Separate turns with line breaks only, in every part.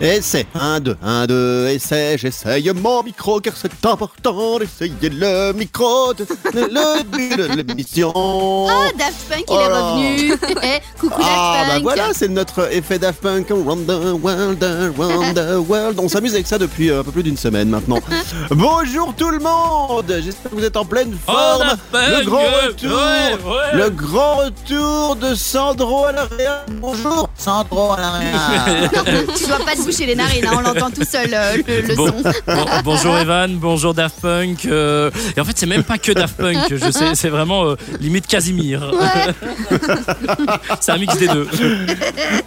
Et c'est 1, 2, 1, 2, essaie, j'essaye mon micro car c'est important d'essayer le micro de le début de l'émission.
Oh, Daft Punk, il
Oh
est
là.
revenu. Eh, coucou
Ah
Daft
bah
Punk.
voilà, c'est notre effet Daft Punk, round the world, round the world. On s'amuse avec ça depuis euh, un peu plus d'une semaine maintenant. Bonjour tout le monde, j'espère que vous êtes en pleine forme. le grand retour, le grand retour de Sandro à la réa. Bonjour Sandro à la réa.
tu dois pas te boucher les narines, hein, on l'entend tout seul euh, le, le
Bon.
son.
Bon- bonjour Evan, bonjour Daft Punk. euh, et en fait, c'est même pas que Daft Punk, je sais, c'est vraiment euh, limite Casimir. c'est un mix des deux.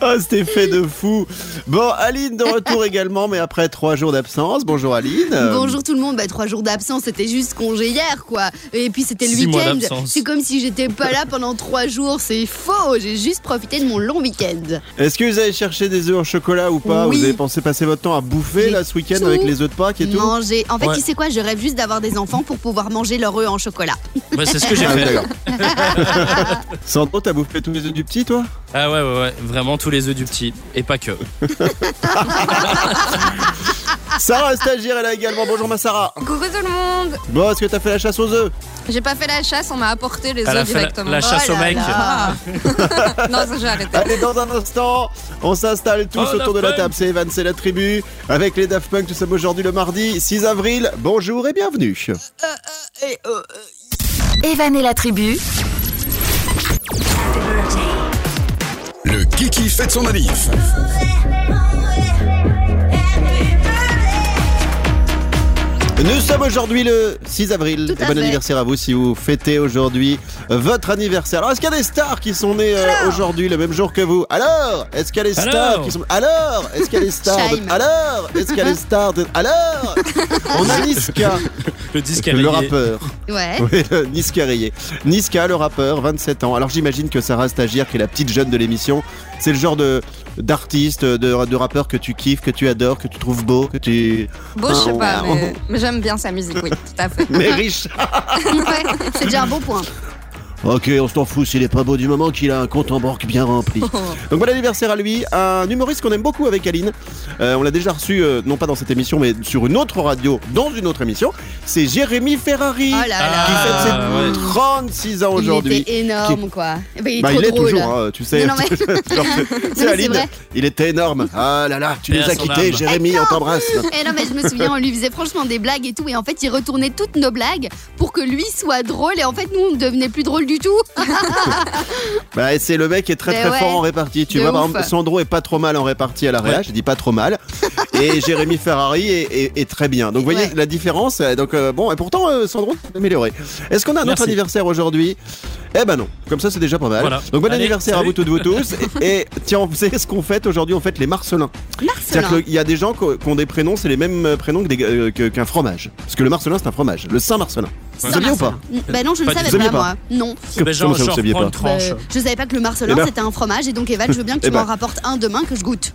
Ah, cet effet de fou. Bon, Aline de retour également, mais après trois jours d'absence. Bonjour Aline. Euh,
Bonjour tout le monde, bah, trois jours d'absence, c'était juste congé hier quoi. Et puis c'était le
Six mois
week-end.
d'absence.
C'est comme si j'étais pas là pendant trois jours, c'est faux, j'ai juste profité de mon long week-end.
Est-ce que vous avez cherché des œufs au chocolat ou pas
Oui.
Vous avez pensé passer votre temps à bouffer
J'ai
là ce week-end
tout
avec les œufs de Pâques et tout
Manger. En fait,
Ouais.
tu sais quoi, je rêve juste d'avoir des enfants pour pouvoir manger leur œuf en chocolat.
Bah, c'est ce que j'ai
Ah oui,
fait.
d'accord. Sandro, t'as bouffé tous les œufs du petit, toi
Ah ouais, ouais, ouais, vraiment tous les œufs du petit. Et pas que.
Sarah, stagiaire, elle a également. Bonjour, ma Sarah.
Coucou tout le monde
Bon, est-ce que t'as fait la chasse aux œufs
J'ai pas fait la chasse, on m'a apporté les
Elle a
œufs
fait la-
directement.
la chasse
Oh
au
là
mec.
là.
Ah. non, ça j'ai arrêté.
Allez, dans un instant, on s'installe tous
Oh,
autour de
Daft
la
Punk.
table. C'est Evan, c'est la tribu. Avec les Daft Punk, nous sommes aujourd'hui le mardi 6 avril. Bonjour et bienvenue.
Et, euh,
Evan et la tribu.
Le Kiki fête son manif.
Nous sommes aujourd'hui le 6 avril.
Tout à
Et bon
fait.
anniversaire à vous si vous fêtez aujourd'hui votre anniversaire. Alors, est-ce qu'il y a des stars qui sont nées euh, aujourd'hui le même jour que vous Alors, est-ce qu'il y a des stars
Alors
qui sont Alors, est-ce qu'il y a des stars de-
Chaim.
Alors, est-ce qu'il y a des stars de- Alors On a Niska,
Le disque
le
rayé.
rappeur.
ouais.
Oui, le Niska rayé. Niska, le rappeur, 27 ans. Alors, j'imagine que Sarah Stagiaire, qui est la petite jeune de l'émission, c'est le genre de d'artiste, de, de rappeur que tu kiffes, que tu adores, que tu trouves beau, que tu...
Bon, je sais pas, mais, mais j'aime bien sa musique, oui, tout à fait.
Mais riche
Ouais, c'est déjà un bon point.
Ok, on s'en fout s'il est pas beau du moment qu'il a un compte en banque bien rempli. Donc bon anniversaire à lui, un humoriste qu'on aime beaucoup avec Aline. Euh, on l'a déjà reçu, euh, non pas dans cette émission, mais sur une autre radio, dans une autre émission. C'est Jérémy Ferrari
Oh là là.
qui fête ses
Ah, ouais.
36 ans
Il
aujourd'hui.
était énorme quoi. Eh ben, il est
Bah,
trop
il est
drôle.
toujours, hein, tu sais.
Non, non, mais-
Genre,
c'est
c'est Aline,
vrai.
il était énorme. Ah là là, tu
Et
nous
à
as
son
quittés,
âme.
Jérémy, on t'embrasse.
Eh non, mais je me souviens, on lui faisait franchement des blagues et tout. Et en fait, il retournait toutes nos blagues pour que lui soit drôle. Et en fait, nous, on ne devenait plus drôle du tout.
Bah, et c'est le mec qui est très
Mais
très
ouais.
fort en répartie. Tu
De
vois, par
ouf.
exemple, Sandro est pas trop mal en répartie à la réa,
Ouais.
je dis pas trop mal. et Jérémy Ferrari est, est- est très bien. Donc, vous voyez
Ouais.
la différence. euh, Donc, euh, bon, et pourtant, euh, Sandro s'est amélioré. Est-ce qu'on a un autre
Merci.
anniversaire aujourd'hui Eh ben non, comme ça, c'est déjà pas mal.
Voilà.
Donc, bon
Allez,
anniversaire à
salut.
vous toutes, vous tous. et, et tiens, vous savez ce qu'on fête aujourd'hui On fête les Marcelins. C'est-à-dire
Marcelin.
qu'il y a des gens qui ont qui ont des prénoms, c'est les mêmes euh, prénoms que des- euh, que- qu'un fromage. Parce que le Marcelin, c'est un fromage. Le Saint-Marcelin. Vous saviez ou pas
Bah non, je ne
Pas du
savais pas,
tout. Vous
moi. Non.
Bah, genre,
Comment ça, vous
genre,
saviez
prends
pas
une tranche.
Euh, je savais pas que le marcelin
Eh ben-
c'était un fromage et donc Evan je veux bien que
Eh
tu
ben-
m'en rapportes un demain que je goûte.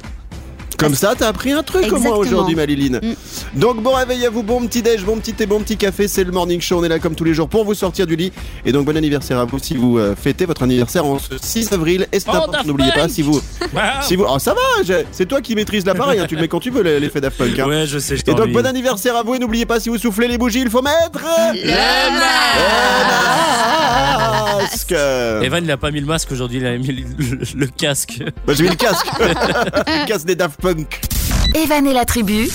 Comme ça, t'as appris un truc au
Exactement.
moins aujourd'hui, ma Liline.
Mm.
Donc bon réveil à vous, bon petit déj, bon petit thé, bon petit café. C'est le morning show. On est là comme tous les jours pour vous sortir du lit. Et donc bon anniversaire à vous si vous euh, fêtez votre anniversaire en ce 6 avril. Et c'est
Oh,
important,
Daft
n'oubliez pas
Punk
si vous,
Ah,
si vous. Oh ça va, j'ai- c'est toi qui maîtrise l'appareil. hein, tu le mets quand tu veux l'effet Daft Punk. hein.
Ouais, je sais, je
Et donc
t'envie.
bon anniversaire à vous et n'oubliez pas si vous soufflez les bougies, il faut mettre
Ah.
le masque.
Evan, il a pas mis le masque aujourd'hui, il a mis le, le- le casque.
Bah, j'ai mis le casque, le casque des Daft Punk.
Evan et la tribu.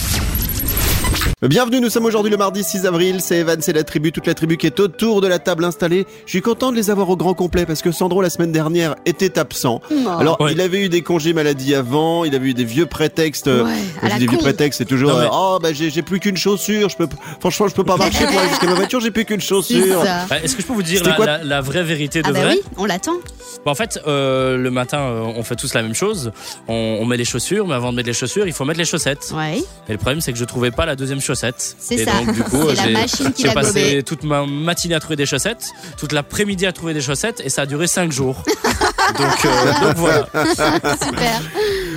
Bienvenue, nous sommes aujourd'hui le mardi 6 avril, c'est Evan, c'est la tribu, toute la tribu qui est autour de la table installée. Je suis content de les avoir au grand complet parce que Sandro la semaine dernière était absent.
Non.
Alors
Ouais.
il avait eu des congés maladie avant, il avait eu des vieux prétextes. euh,
Ouais,
quand
à
je
la
dis vieux
con.
prétextes, c'est toujours
Non, mais-
euh, oh bah j'ai j'ai plus qu'une chaussure, je peux franchement je peux pas marcher pour aller jusqu'à ma voiture, j'ai plus qu'une
C'est
chaussure.
ça.
Ah, Est-ce que je peux vous dire
C'était
la,
quoi
la- la vraie vérité de
Ah bah
vrai
oui, on l'attend.
Bon, en fait, euh, le matin, euh, on fait tous la même chose. On, on met les chaussures, mais avant de mettre les chaussures, il faut mettre les chaussettes.
Ouais.
Et le problème, c'est que je trouvais pas la deuxième chaussette.
C'est
Et
ça.
donc, du coup,
C'est la
j'ai-
machine qui
j'ai
l'a
passé
gobé.
toute ma matinée à trouver des chaussettes, toute l'après-midi à trouver des chaussettes, et ça a duré 5 jours. Donc, euh, donc voilà.
Super.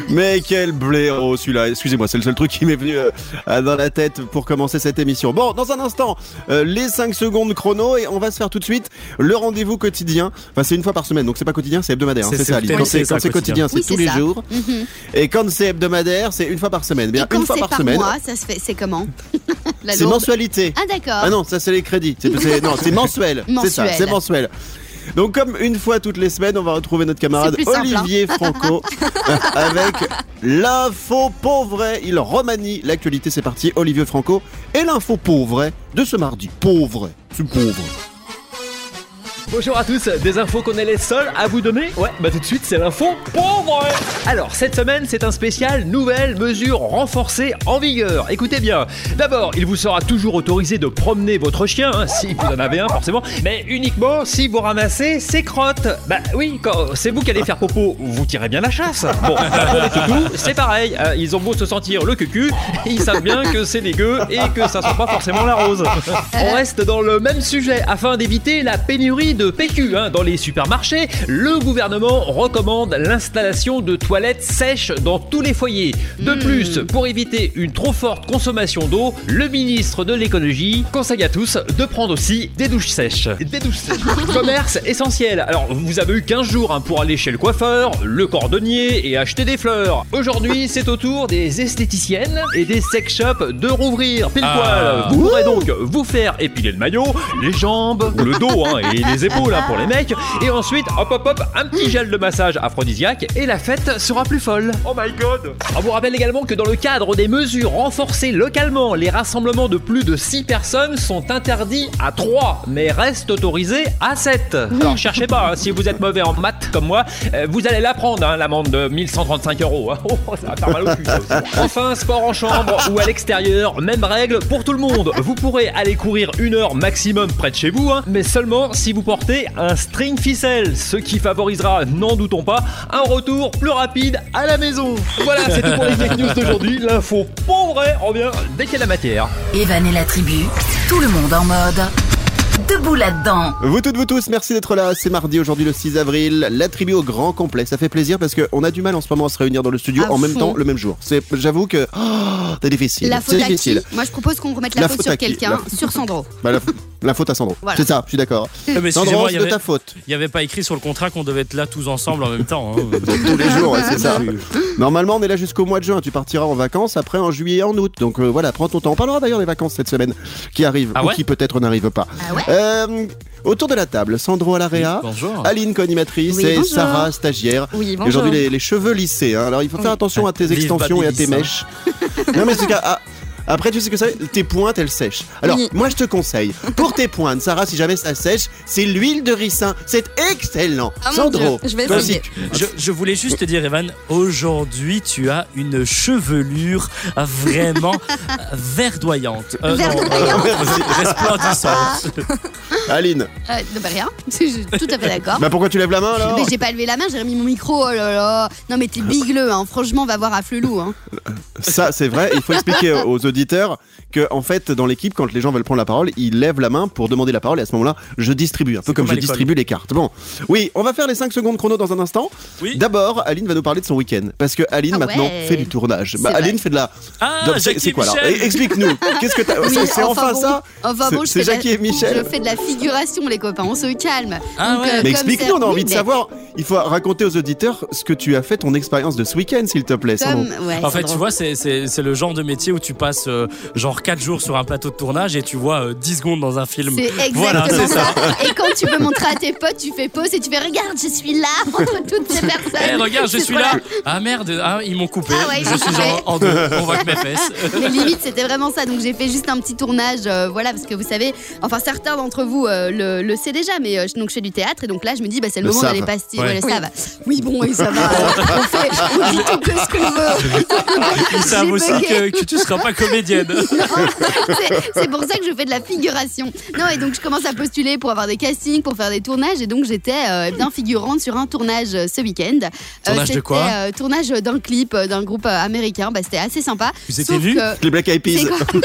Mais quel blaireau celui-là. Excusez-moi, c'est le seul truc qui m'est venu euh, euh, dans la tête pour commencer cette émission. Bon, dans un instant, euh, les 5 secondes chrono et on va se faire tout de suite le rendez-vous quotidien. Enfin, c'est une fois par semaine, donc c'est pas quotidien, c'est hebdomadaire. hein,
C'est-
C'est
c'est
ça, Ali.
oui,
Quand
c'est
c'est
ça,
quand c'est
quotidien.
quotidien,
Oui,
c'est tous
c'est
les
ça.
jours.
Mhm.
Et quand c'est hebdomadaire, c'est une fois par semaine. Bien,
Et quand
une fois
c'est
par,
par
semaine,
mois, ça se fait, c'est comment La
c'est
lourde.
mensualité.
Ah d'accord.
Ah non, ça c'est les crédits. C'est, c'est- non, c'est mensuel. c'est ça,
Mensuel.
c'est mensuel. Donc comme une fois toutes les semaines, on va retrouver notre camarade
C'est plus simple, hein.
Olivier Franco avec l'info pauvre. Il remanie l'actualité. C'est parti, Olivier Franco et l'info pauvre de ce mardi. Pauvre, c'est pauvre.
Bonjour à tous, des infos qu'on est les seuls à vous donner Ouais, bah tout de suite c'est l'info pauvre Alors cette semaine c'est un spécial nouvelle mesure renforcée en vigueur. Écoutez bien, d'abord il vous sera toujours autorisé de promener votre chien, hein, si vous en avez un forcément, mais uniquement si vous ramassez ses crottes. Bah oui, quand c'est vous qui allez faire popo, vous tirez bien la chasse. Bon, bah, par contre, les toutous, c'est pareil, euh, ils ont beau se sentir le cucu, ils savent bien que c'est dégueu et que ça sent pas forcément la rose. On reste dans le même sujet. Afin d'éviter la pénurie de PQ hein, dans les supermarchés, le gouvernement recommande l'installation de toilettes sèches dans tous les foyers. De plus, pour éviter une trop forte consommation d'eau, le ministre de l'écologie conseille à tous de prendre aussi des douches sèches. Des douches sèches. Commerce essentiel. Alors, vous avez eu 15 jours hein, pour aller chez le coiffeur, le cordonnier et acheter des fleurs. Aujourd'hui, c'est au tour des esthéticiennes et des sex shops de rouvrir pile poil.
Ah.
Euh, Vous pourrez donc vous faire épiler le maillot, les jambes, le dos hein, et les épaules hein, pour les mecs. Et ensuite, hop hop hop, un petit gel de massage aphrodisiaque et la fête sera plus folle. Oh my god On vous rappelle également que dans le cadre des mesures renforcées localement, les rassemblements de plus de 6 personnes sont interdits à 3, mais restent autorisés à 7. Alors cherchez pas, hein, si vous êtes mauvais en maths comme moi, euh, vous allez la prendre, hein, l'amende de 1135 euros. hein. Oh, ça va faire mal au cul, ça aussi. Enfin, sport en chambre ou à l'extérieur, même règle pour tout le monde. Vous pourrez aller courir une heure maximum près de chez vous, hein, mais seulement si vous portez un string ficelle, ce qui favorisera, n'en doutons pas, un retour plus rapide à la maison. Voilà, c'est tout pour les tech news d'aujourd'hui. L'info pour vrai revient dès qu'il y a de la matière.
Evan et la tribu, tout le monde en mode. Debout là-dedans.
Vous toutes, vous tous, merci d'être là. C'est mardi aujourd'hui le 6 avril. La tribu au grand complet. Ça fait plaisir parce qu'on a du mal en ce moment à se réunir dans le studio
À
en même
fond.
temps, le même jour. C'est, j'avoue que oh, c'est difficile.
La
c'est
faute à qui
difficile.
Moi je propose qu'on remette la,
La
faute
faute
sur
à qui
quelqu'un,
La
sur Sandro.
Bah, la, la faute à Sandro.
Voilà.
C'est ça, je suis d'accord.
Non, mais
Sandro,
excusez-moi, il
c'est
y
de
avait-
ta faute.
il n'y avait pas écrit sur le contrat qu'on devait être là tous ensemble en même temps. hein.
Tous les jours, ouais, c'est ça. Normalement, on est là jusqu'au mois de juin. Tu partiras en vacances après en juillet et en août. Donc euh, voilà, prends ton temps. On parlera d'ailleurs des vacances cette semaine qui arrivent
Ah
ou
ouais
qui peut-être n'arrivent pas.
Ah ouais
Euh, autour de la table, Sandro à l'AREA,
Bonjour.
Aline, co-animatrice,
Oui,
et
bonjour.
Sarah, stagiaire.
Oui,
Et
bonjour.
Aujourd'hui, les, les cheveux lissés. hein. Alors, il faut faire attention à tes
Vive
extensions et à tes
Babyliss,
mèches. non, mais c'est qu'à- à- Après, tu sais que ça, tes pointes, elles sèchent. Alors,
Oui.
moi, je te conseille, pour tes pointes, Sarah, si jamais ça sèche, c'est l'huile de ricin. C'est excellent.
Ah, mon
Sandro,
Dieu, je vais
toi
essayer.
aussi, tu-
Je, je voulais juste te dire, Evan, aujourd'hui tu as une chevelure vraiment verdoyante. Euh, non,
Verdoyante.
euh, vas-y, resplendissante.
Aline,
Euh, non, bah, rien, je suis tout à fait d'accord.
bah pourquoi tu lèves la main alors
Mais j'ai pas levé la main, j'ai remis mon micro, oh là là. Non mais t'es bigleux, hein. franchement, va voir à Flelou. Hein.
Ça, c'est vrai. Il faut expliquer aux auditeurs que, en fait, dans l'équipe, quand les gens veulent prendre la parole, ils lèvent la main pour demander la parole et à ce moment-là, je distribue. Un peu
comme
comme
à
je
l'école.
distribue les cartes. Bon, oui, on va faire les 5 secondes chrono dans un instant.
Oui.
D'abord, Aline va nous parler de son week-end. Parce que Aline,
Ah
maintenant,
ouais.
fait du tournage.
C'est
Bah,
vrai.
Aline fait de la.
Ah,
Donc, c'est-
Jackie
c'est quoi là
Michel.
Eh, Explique-nous. Qu'est-ce que t'as.
Oui,
c'est- c'est enfin,
bon,
ça
Enfin bon,
C'est-
je fais
c'est
de la-
Jackie et Michel.
Je fais de la figuration, les copains, on se calme. euh,
Ah ouais. Mais
Mais
comme c'est-
explique-nous, on a
oui,
envie de
mais
savoir. Il faut raconter aux auditeurs ce que tu as fait, ton expérience de ce week-end, s'il te plaît. Sandro.
Comme... Ouais,
En fait,
Sandro.
tu vois, c'est- c'est c'est le genre de métier où tu passes euh, genre 4 jours sur un plateau de tournage et tu vois euh, 10 secondes dans un film.
C'est exactement
Voilà, c'est
ça. Et quand tu veux montrer à tes potes, tu fais pause et tu fais regarde, je suis là entre toutes ces personnes.
Eh, regarde, je
C'est
suis
trop
là. Ah merde, ah, ils m'ont coupé.
Ah ouais, ils
je
m'ont
suis
coupé.
en, en deux. On voit que mes fesses.
Mais limite, c'était vraiment ça. Donc j'ai fait juste un petit tournage, euh, voilà, parce que vous savez, enfin certains d'entre vous euh, le, le sait déjà, mais euh, je- donc je fais du théâtre et donc là je me dis, bah, c'est le,
Le
moment
savent.
d'aller passer.
Ouais.
Ouais, le savent. Oui, bon, et ça va. on fait, on dit tout que ce qu'on veut.
Ils savent
J'ai
aussi
bugué.
que, que tu seras pas comme comédienne.
C'est- C'est pour ça que je fais de la figuration. Non, et donc je commence à postuler pour avoir des castings, pour faire des tournages. Et donc j'étais euh, eh bien figurante sur un tournage euh, ce week-end.
Tournage de
c'était,
quoi
euh, Tournage d'un clip euh, d'un groupe euh, américain. Bah, C'était assez sympa.
Vous étiez
Sauf
vus
que-
Les Black Eyed
c'est
Peas.
quoi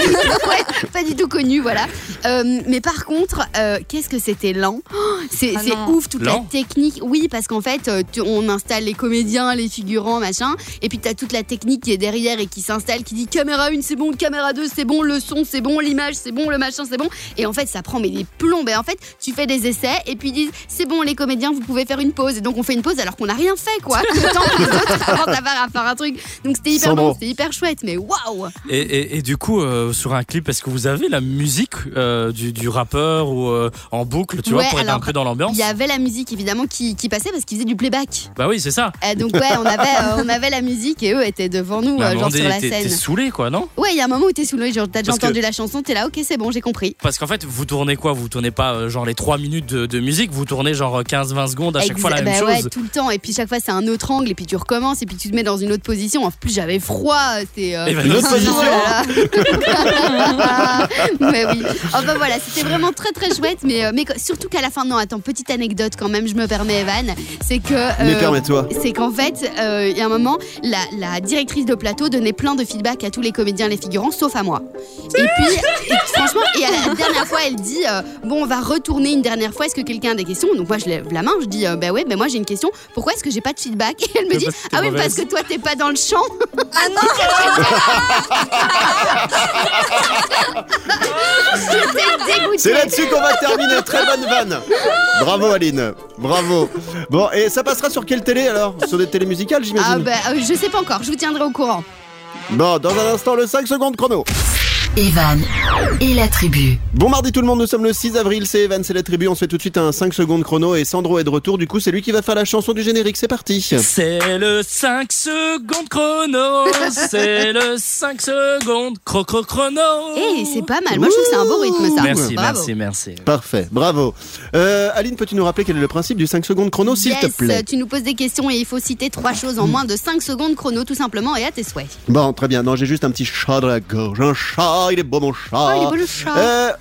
Ouais, pas du tout connu, voilà. Euh, mais par contre, euh, qu'est-ce que c'était lent Oh, C'est
Ah
c'est
non.
ouf toute
Lent
la technique. Oui, parce qu'en fait, euh, tu- on installe les comédiens, les figurants, machin. Et puis, tu as toute la technique qui est derrière et qui s'installe, qui dit caméra 1, c'est bon, caméra 2, c'est bon, le son, c'est bon, l'image, c'est bon, le machin, c'est bon. Et en fait, ça prend mais des plombes. Et en fait, tu fais des essais et puis ils disent c'est bon, les comédiens, vous pouvez faire une pause. Et donc, on fait une pause alors qu'on n'a rien fait, quoi. Le temps que les autres commencent à faire- à faire un truc. Donc, c'était hyper
Sans
bon,
mots.
c'était hyper chouette, mais waouh
Et, et- et du coup, euh, sur un clip, est-ce que vous avez la musique euh, du, du rappeur ou euh, en boucle, tu vois,
Ouais,
pour être un
alors,
peu dans l'ambiance
Il y avait la musique évidemment qui, qui passait parce qu'ils faisaient du playback.
Bah oui, c'est ça.
Euh, donc ouais, on avait, euh, on avait la musique et eux étaient devant nous,
Mais à un
euh,
moment
genre sur
donné,
la
t'es t'es
scène.
saoulé, quoi, non
Ouais, il y a un moment où t'es sous l'eau, genre t'as déjà
Parce que-
entendu la chanson, t'es là, ok, c'est bon, j'ai compris.
Parce qu'en fait, vous tournez quoi Vous tournez pas euh, genre les 3 minutes de, de musique, vous tournez genre 15-20 secondes à chaque
Exa-
fois la
bah
même
ouais,
chose.
tout le temps. Et puis chaque fois c'est un autre angle et puis tu recommences et puis tu te mets dans une autre position. En plus j'avais froid, c'était. euh,
Et bah,
Une autre
Oh
position
là là. Mais oui. Enfin voilà, c'était vraiment très très chouette, mais, euh, mais que- surtout qu'à la fin, non, attends, petite anecdote quand même, je me permets, Evan, c'est que.
Mais
euh,
permets-toi.
c'est qu'en fait, euh, il y a un moment, la, la directrice de plateau donnait plein de feedback à tous les comédiens, les figurants, sauf à moi. Et puis, et franchement, et à la dernière fois, elle dit euh, Bon, on va retourner une dernière fois, est-ce que quelqu'un a des questions Donc, moi, je lève la main, je dis Ben bah ouais, ben moi, j'ai une question, pourquoi est-ce que j'ai pas de feedback Et elle me
Parce
dit
que t'es
Ah oui,
mauvaise.
parce que toi, t'es pas dans le champ.
Ah non
J'étais dégoûtée.
C'est là-dessus qu'on va terminer. Très bonne vanne. Bravo Aline. Bravo. Bon, et ça passera sur quelle télé alors Sur des télés musicales, j'imagine
Ah bah, euh, je sais pas encore, je vous tiendrai au courant.
Bon, dans un instant, le 5 secondes chrono.
Evan et la tribu.
Bon mardi tout le monde, nous sommes le 6 avril, c'est Evan, c'est la tribu, on se fait tout de suite un 5 secondes chrono et Sandro est de retour, du coup c'est lui qui va faire la chanson du générique, c'est parti
C'est le 5 secondes chrono, c'est le 5 secondes cro cro chrono.
Eh,
Oh.
c'est pas mal, moi, je trouve que c'est un beau rythme, ça.
Merci,
Bravo.
merci, merci.
Parfait, bravo. Euh, Aline, peux-tu nous rappeler quel est le principe du 5 secondes chrono, s'il te
Yes,
plaît
tu nous poses des questions et il faut citer trois
Ah.
choses en moins de 5 secondes chrono, tout simplement, et à tes souhaits.
Bon, très bien, non j'ai juste un petit chat dans la gorge, un chat, il est beau mon chat.
Oh, il est beau, le chat.
Euh,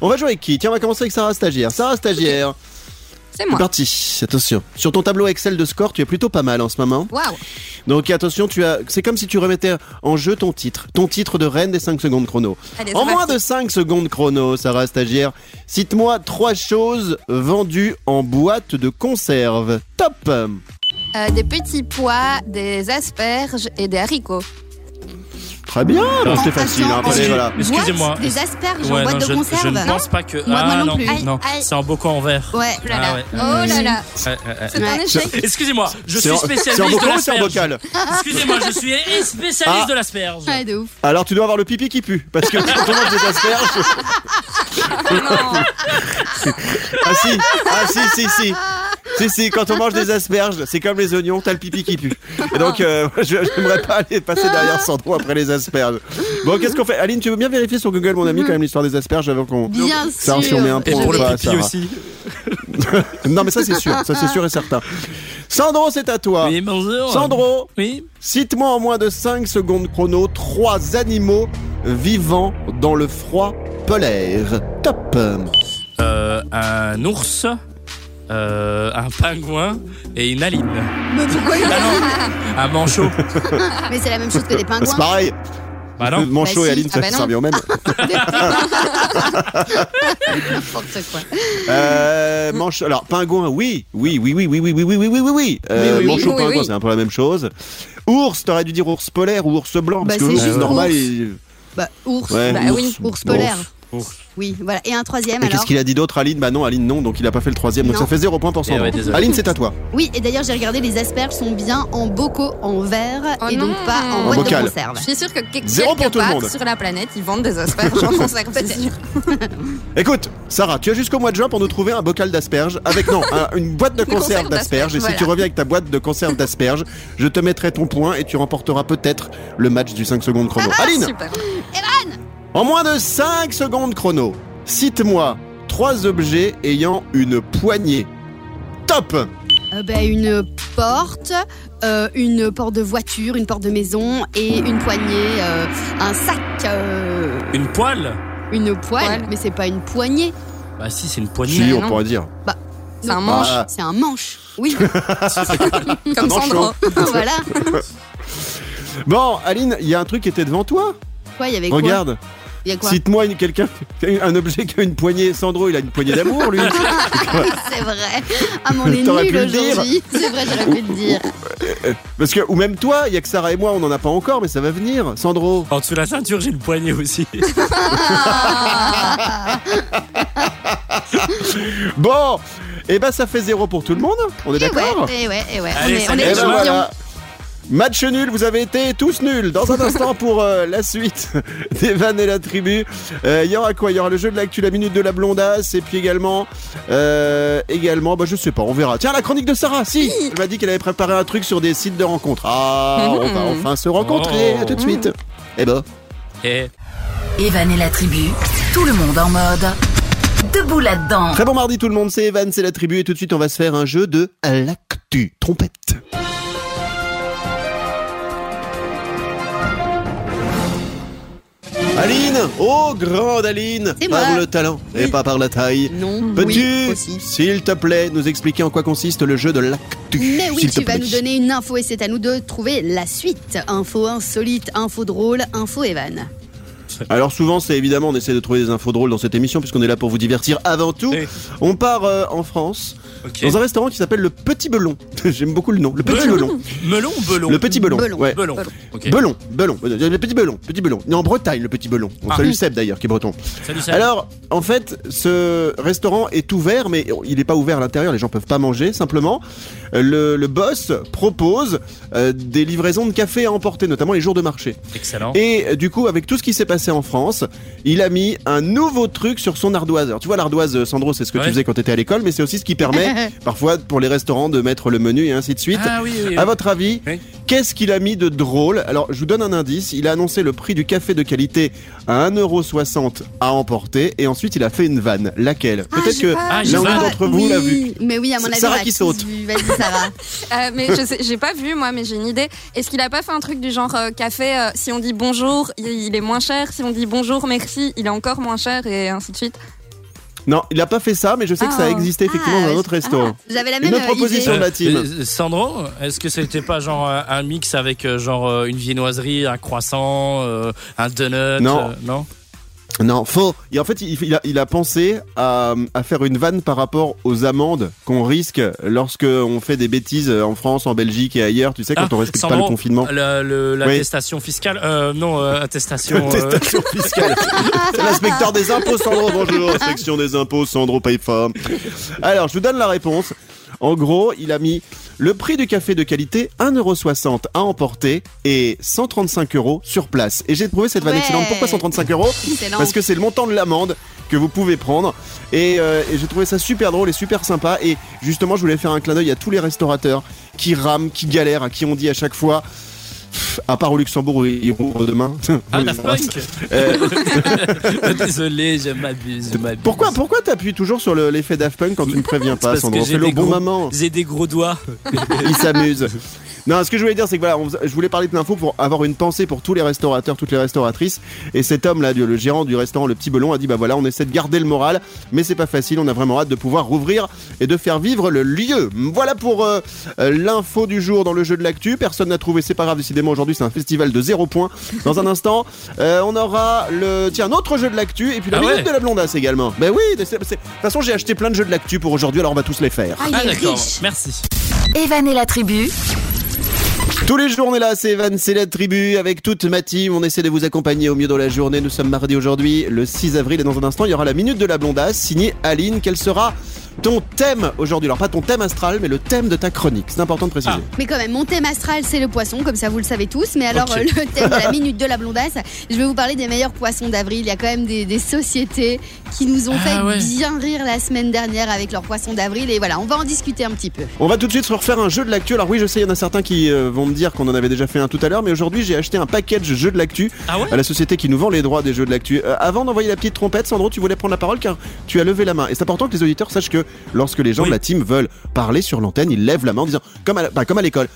on va jouer avec qui Tiens, on va commencer avec Sarah Stagiaire. Sarah Stagiaire,
C'est
c'est
moi.
parti, attention. Sur ton tableau Excel de score, tu es plutôt pas mal en ce moment.
Waouh
Donc attention, tu as, c'est comme si tu remettais en jeu ton titre, ton titre de reine des 5 secondes chrono.
Allez,
En
c'est
moins
parti.
de 5 secondes chrono, Sarah Stagiaire, cite-moi trois choses vendues en boîte de conserve. Top
Euh, Des petits pois, des asperges et des haricots.
Très bien
Non,
C'était facile, hein,
attention,
fallait, voilà.
Excusez-moi.
Boîte, Des asperges
Ouais,
en
non,
boîte
je,
de conserve.
je ne pense pas que.
Moi, moi
ah
non
non,
plus.
Aïe,
non.
aïe.
c'est un bocan en verre.
Ouais.
Oh là là.
Ah ouais.
Oh là là.
Ouais, ouais, ouais.
C'est un échec.
Excusez-moi, je
C'est
suis
en- C'est en
spécialiste de
bocal ou c'est en
l'asperge.
bocal
Excusez-moi, je suis spécialiste
Ah.
de l'asperge.
Ouais, de ouf.
Alors tu dois avoir le pipi qui pue, parce que quand on mange des asperges...
Non
Ah si Ah si, si, si si, si, quand on mange des asperges, c'est comme les oignons, t'as le pipi qui pue. Et donc, euh, je j'aimerais pas aller passer derrière Sandro après les asperges. Bon, qu'est-ce qu'on fait Aline, tu veux bien vérifier sur Google, mon ami, quand même, l'histoire des asperges avant qu'on.
Bien
Ça,
sûr.
si on met un
Et
Bon,
pour le
bah,
pipi
ça va.
aussi.
Non, mais ça, c'est sûr, ça, c'est sûr et certain. Sandro, c'est à toi.
Oui, bonjour.
Ah. Sandro,
Oui.
cite-moi en moins de 5 secondes chrono trois animaux vivant dans le froid polaire. Top
Euh, un ours, euh, un pingouin et une aline.
Mais pourquoi
Ah non, un manchot.
Ah.
Mais c'est la même chose que des
C'est
pingouins.
pareil,
Bah non.
Manchot
Bah si.
et Aline,
Ah
ça
bah non.
ça revient au même.
N'importe quoi.
Euh, manche, alors pingouin, oui, oui, oui, oui, oui, oui, oui, oui, oui, oui, oui, oui. Euh,
Oui, oui, oui,
manchot,
oui,
pingouin,
oui.
c'est un peu la même chose. Ours, t'aurais dû dire ours polaire ou ours blanc,
Bah,
parce que
c'est
ours
juste
normal.
ours.
il-
Bah, ours.
Ouais,
Bah
ours.
oui.
Ours polaire.
Ours.
Oui, voilà. Et un troisième
Et
alors
qu'est-ce qu'il a dit d'autre, Aline Bah non, Aline non, donc il a pas fait le troisième, donc
Non.
ça fait 0 point pour
Eh ouais,
Sandro.
désolé.
Aline, c'est à toi.
Oui, et d'ailleurs, j'ai regardé, les asperges sont bien en bocaux, en verre,
Oh
et
non.
donc pas en
En
boîte
bocal.
de conserve.
Je suis sûre que que-
Zéro pour
quelque
tout le monde.
part sur la planète, ils vendent des asperges en conserve, c'est sûr.
Écoute, Sarah, tu as jusqu'au mois de juin pour nous trouver un bocal d'asperges avec non, un- une boîte de
Une conserve
conserve d'asperges. Et si
d'asperges,
tu
voilà.
reviens avec ta boîte de conserve d'asperges, je te mettrai ton point et tu remporteras peut-être le match du 5 secondes chrono. Aline,
Ah, Super.
en moins de 5 secondes chrono, cite-moi trois objets ayant une poignée. Top
Euh, bah, une porte, euh, une porte de voiture, une porte de maison et une poignée, euh, un sac. T'as, euh,
Une poêle
une poêle,
Poêle.
mais c'est pas une poignée.
Bah si, c'est une
Si,
poignée.
on
non.
pourrait dire.
C'est un manche,
Ah.
C'est un manche. Oui,
comme
manchon.
Sandro.
voilà.
Bon, Aline, il y a un truc qui était devant toi.
Quoi, il y avait quoi
Regarde.
Il y a quoi
Cite-moi une- quelqu'un, un objet qui a une poignée. Sandro, il a une poignée d'amour, lui.
C'est vrai. Ah, mais on est
T'aurais pu
nul
le dire.
aujourd'hui. C'est vrai, j'aurais pu le dire.
Parce que, ou même toi, il y a que Sarah et moi, on n'en a pas encore, mais ça va venir. Sandro.
En dessous de la ceinture, j'ai une poignée aussi.
Bon, et ben ça fait zéro pour tout le monde. On est
Et ouais,
Eh
d'accord
et ouais, et ouais.
Allez,
on est, on
salut,
est
Eh
demain.
ben
champions.
voilà. Match nul, vous avez été tous nuls. Dans un instant pour euh, la suite des vannes et la tribu, Euh, il y aura quoi Il y aura le jeu de l'actu, la minute de la blondasse, et puis également, euh, également, bah je sais pas, on verra. Tiens, la chronique de Sarah, si. Elle m'a dit qu'elle avait préparé un truc sur des sites de rencontres. Ah, on va enfin se rencontrer.
Oh.
À tout de suite. Eh ben.
Et
Evan et la tribu, tout le monde en mode. Debout là-dedans.
Très bon mardi tout le monde, c'est Evan, c'est la tribu et tout de suite on va se faire un jeu de l'actu trompette. Aline, oh grande Aline,
C'est
par
moi.
le talent et
Oui.
pas par la taille.
Non,
Peux-tu,
oui, aussi.
s'il te plaît, nous expliquer en quoi consiste le jeu de l'actu
Mais oui,
s'il te
tu vas
plaît.
nous donner une info et c'est à nous de trouver la suite. Info insolite, info drôle, info Evan.
Alors souvent, c'est évidemment, on essaie de trouver des infos drôles dans cette émission puisqu'on est là pour vous divertir avant tout.
Oui.
On part euh, en France,
ok.
dans un restaurant qui s'appelle le Petit Belon. J'aime beaucoup le nom, le Petit Belon.
Melon ou belon
Le petit belon.
Belon.
ouais.
Belon. Ok.
Belon, belon, Euh, le petit belon, petit belon. Il est en Bretagne, le petit belon. On
Ah.
salue Seb d'ailleurs, qui est breton.
Salut, salut.
Alors, en fait, ce restaurant est ouvert, mais il n'est pas ouvert à l'intérieur, les gens peuvent pas manger, simplement. Euh, Le, le boss propose euh, des livraisons de café à emporter, notamment les jours de marché.
Excellent.
Et euh, du coup, avec tout ce qui s'est passé en France, il a mis un nouveau truc sur son ardoise. Alors, tu vois, l'ardoise, euh, Sandro, c'est ce que
Ouais.
tu faisais quand tu étais à l'école, mais c'est aussi ce qui permet, parfois, pour les restaurants de mettre le menu et ainsi de suite.
Ah oui, oui, oui.
À votre avis,
Oui.
qu'est-ce qu'il a mis de drôle Alors, je vous donne un indice. Il a annoncé le prix du café de qualité à 1,60€ à emporter et ensuite il a fait une vanne. Laquelle Peut-être que
Ah, j'ai
l'un
pas.
d'entre vous
Oui,
l'a vu.
Mais oui, à mon
C'est
avis.
Sarah
on l'a
qui
tous
saute.
vu. Vas-y, Sarah.
Euh, mais je sais, j'ai pas vu moi, mais j'ai une idée. Est-ce qu'il a pas fait un truc du genre euh, café euh, Si on dit bonjour, il, il est moins cher. Si on dit bonjour, merci, il est encore moins cher et ainsi de suite.
Non, il n'a pas fait ça, mais je sais que ça a
Ah.
existé effectivement
Ah,
dans un
ouais.
autre restaurant.
J'avais la
Une
même
autre
euh,
proposition.
idée.
sur la team.
euh, Sandro, est-ce que c'était pas genre euh, un mix avec euh, genre euh, une viennoiserie, un croissant, euh, un donut
Non.
euh, non Ah.
Non, faux. Et en fait, il, il a, il a pensé à, à faire une vanne par rapport aux amendes qu'on risque lorsque on fait des bêtises en France, en Belgique et ailleurs. Tu sais,
Ah,
quand on respecte pas
Sandro,
le confinement.
la- le- L'attestation fiscale euh, Non, euh, attestation. euh,
Attestation fiscale. C'est l'inspecteur des impôts, Sandro. Bonjour, section des impôts, Sandro Payfa. Alors, je vous donne la réponse. En gros, il a mis le prix du café de qualité 1,60€ à emporter et 135 euros sur place. Et j'ai trouvé cette vanne
Ouais.
excellente. Pourquoi 135 euros
Excellent.
Parce que c'est le montant de l'amende que vous pouvez prendre. Et, euh, et j'ai trouvé ça super drôle et super sympa. Et justement, je voulais faire un clin d'œil à tous les restaurateurs qui rament, qui galèrent, à qui on dit à chaque fois. Pff, À part au Luxembourg où ils rouvrent demain.
Ah, Daft Punk
Euh,
Désolé, je m'abuse. je m'abuse.
pourquoi pourquoi t'appuies toujours sur le- l'effet Daft Punk quand tu me préviens pas,
Parce
Sandro
que j'ai
Fais-le au
des
bon
gros-
moment.
J'ai des gros doigts.
Il s'amuse. Non, ce que je voulais dire, c'est que voilà, on vous- je voulais parler de l'info pour avoir une pensée pour tous les restaurateurs, toutes les restauratrices. Et cet homme-là, le le gérant du restaurant Le Petit Belon, a dit bah voilà, on essaie de garder le moral, mais c'est pas facile. On a vraiment hâte de pouvoir rouvrir et de faire vivre le lieu. Voilà pour euh, euh, l'info du jour dans le jeu de l'actu. Personne n'a trouvé, c'est pas grave. Décidément, aujourd'hui, c'est un festival de zéro point. Dans un instant, euh, on aura le tiens un autre jeu de l'actu et puis la
Ah
minute
ouais
de la blondasse également. Ben oui, c'est- c'est- de toute façon, j'ai acheté plein de jeux de l'actu pour aujourd'hui, alors on va tous les faire.
Ah, il
Ah,
est
d'accord,
riche.
merci.
Evan et la tribu,
Tous les jours, on est là, c'est Evan, c'est la tribu, avec toute ma team. On essaie de vous accompagner au mieux dans la journée. Nous sommes mardi aujourd'hui, le 6 avril, et dans un instant, il y aura la minute de la blondasse, signée Aline. Quel sera ton thème aujourd'hui Alors, pas ton thème astral, mais le thème de ta chronique. C'est important de préciser.
Mais quand même, mon thème astral, c'est le poisson, comme ça vous le savez tous. Mais alors,
Ok.
euh, le thème de la minute de la blondasse, je vais vous parler des meilleurs poissons d'avril. Il y a quand même des, des sociétés qui nous ont
Ah
fait
ouais.
bien rire la semaine dernière avec leurs poissons d'avril. Et voilà, on va en discuter un petit peu.
On va tout de suite se refaire un jeu de l'actu. Alors, oui, je sais, il y en a certains qui euh, vont me dire qu'on en avait déjà fait un tout à l'heure, mais aujourd'hui, j'ai acheté un package jeu de l'actu
Ah ouais
à la société qui nous vend les droits des jeux de l'actu. Euh, avant d'envoyer la petite trompette, Sandro, tu voulais prendre la parole car tu as levé la main. Et c'est important que les auditeurs sachent que lorsque les gens
Oui.
de la team veulent parler sur l'antenne, ils lèvent la main en disant, comme à, la- bah, comme à l'école,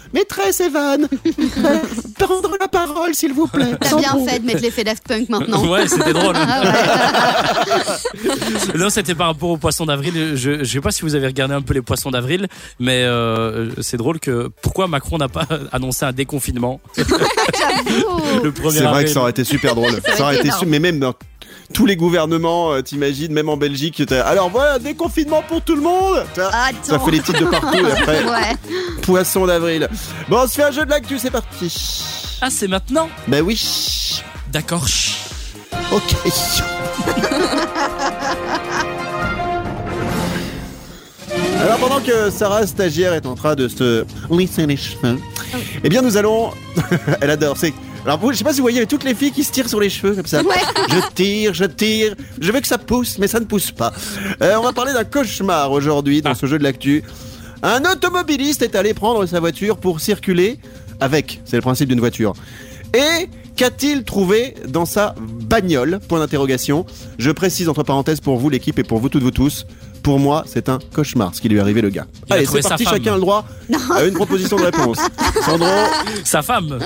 maîtresse Evan, euh, prendre la parole s'il vous plaît.
T'as
sans
bien
brouhaha.
fait de mettre l'effet Daft Punk maintenant.
Ouais, c'était drôle.
Ah ouais.
Non, c'était par rapport aux poissons d'avril. Je ne sais pas si vous avez regardé un peu les poissons d'avril, mais euh, c'est drôle que pourquoi Macron n'a pas annoncé un déconfinement
J'avoue.
le 1er
C'est vrai
avril.
que ça aurait été super drôle. ça aurait été su- mais même dans tous les gouvernements, euh, t'imagines, même en Belgique, t'as- alors voilà, déconfinement pour tout le monde Ça-
Attends.
Ça fait les titres de partout et après,
Ouais.
poisson d'avril. Bon, on se fait un jeu de l'actu, c'est parti.
Ah, c'est maintenant
Bah oui.
D'accord.
Ok. Alors pendant que Sarah stagiaire est en train de se lisser les cheveux, eh bien nous allons. Elle adore. C'est. Alors vous, je sais pas si vous voyez toutes les filles qui se tirent sur les cheveux comme ça. Je tire, je tire. Je veux que ça pousse, mais ça ne pousse pas. Euh, on va parler d'un cauchemar aujourd'hui
Ah.
dans ce jeu de l'actu. Un automobiliste est allé prendre sa voiture pour circuler avec. C'est le principe d'une voiture. Et qu'a-t-il trouvé dans sa bagnole Point d'interrogation. Je précise entre parenthèses pour vous l'équipe et pour vous toutes vous tous. Pour moi, c'est un cauchemar ce qui lui est arrivé le gars.
Il a
Allez,
trouvé
c'est
sa
parti,
femme.
chacun a le droit à une proposition de réponse. Sandro,
Sa femme.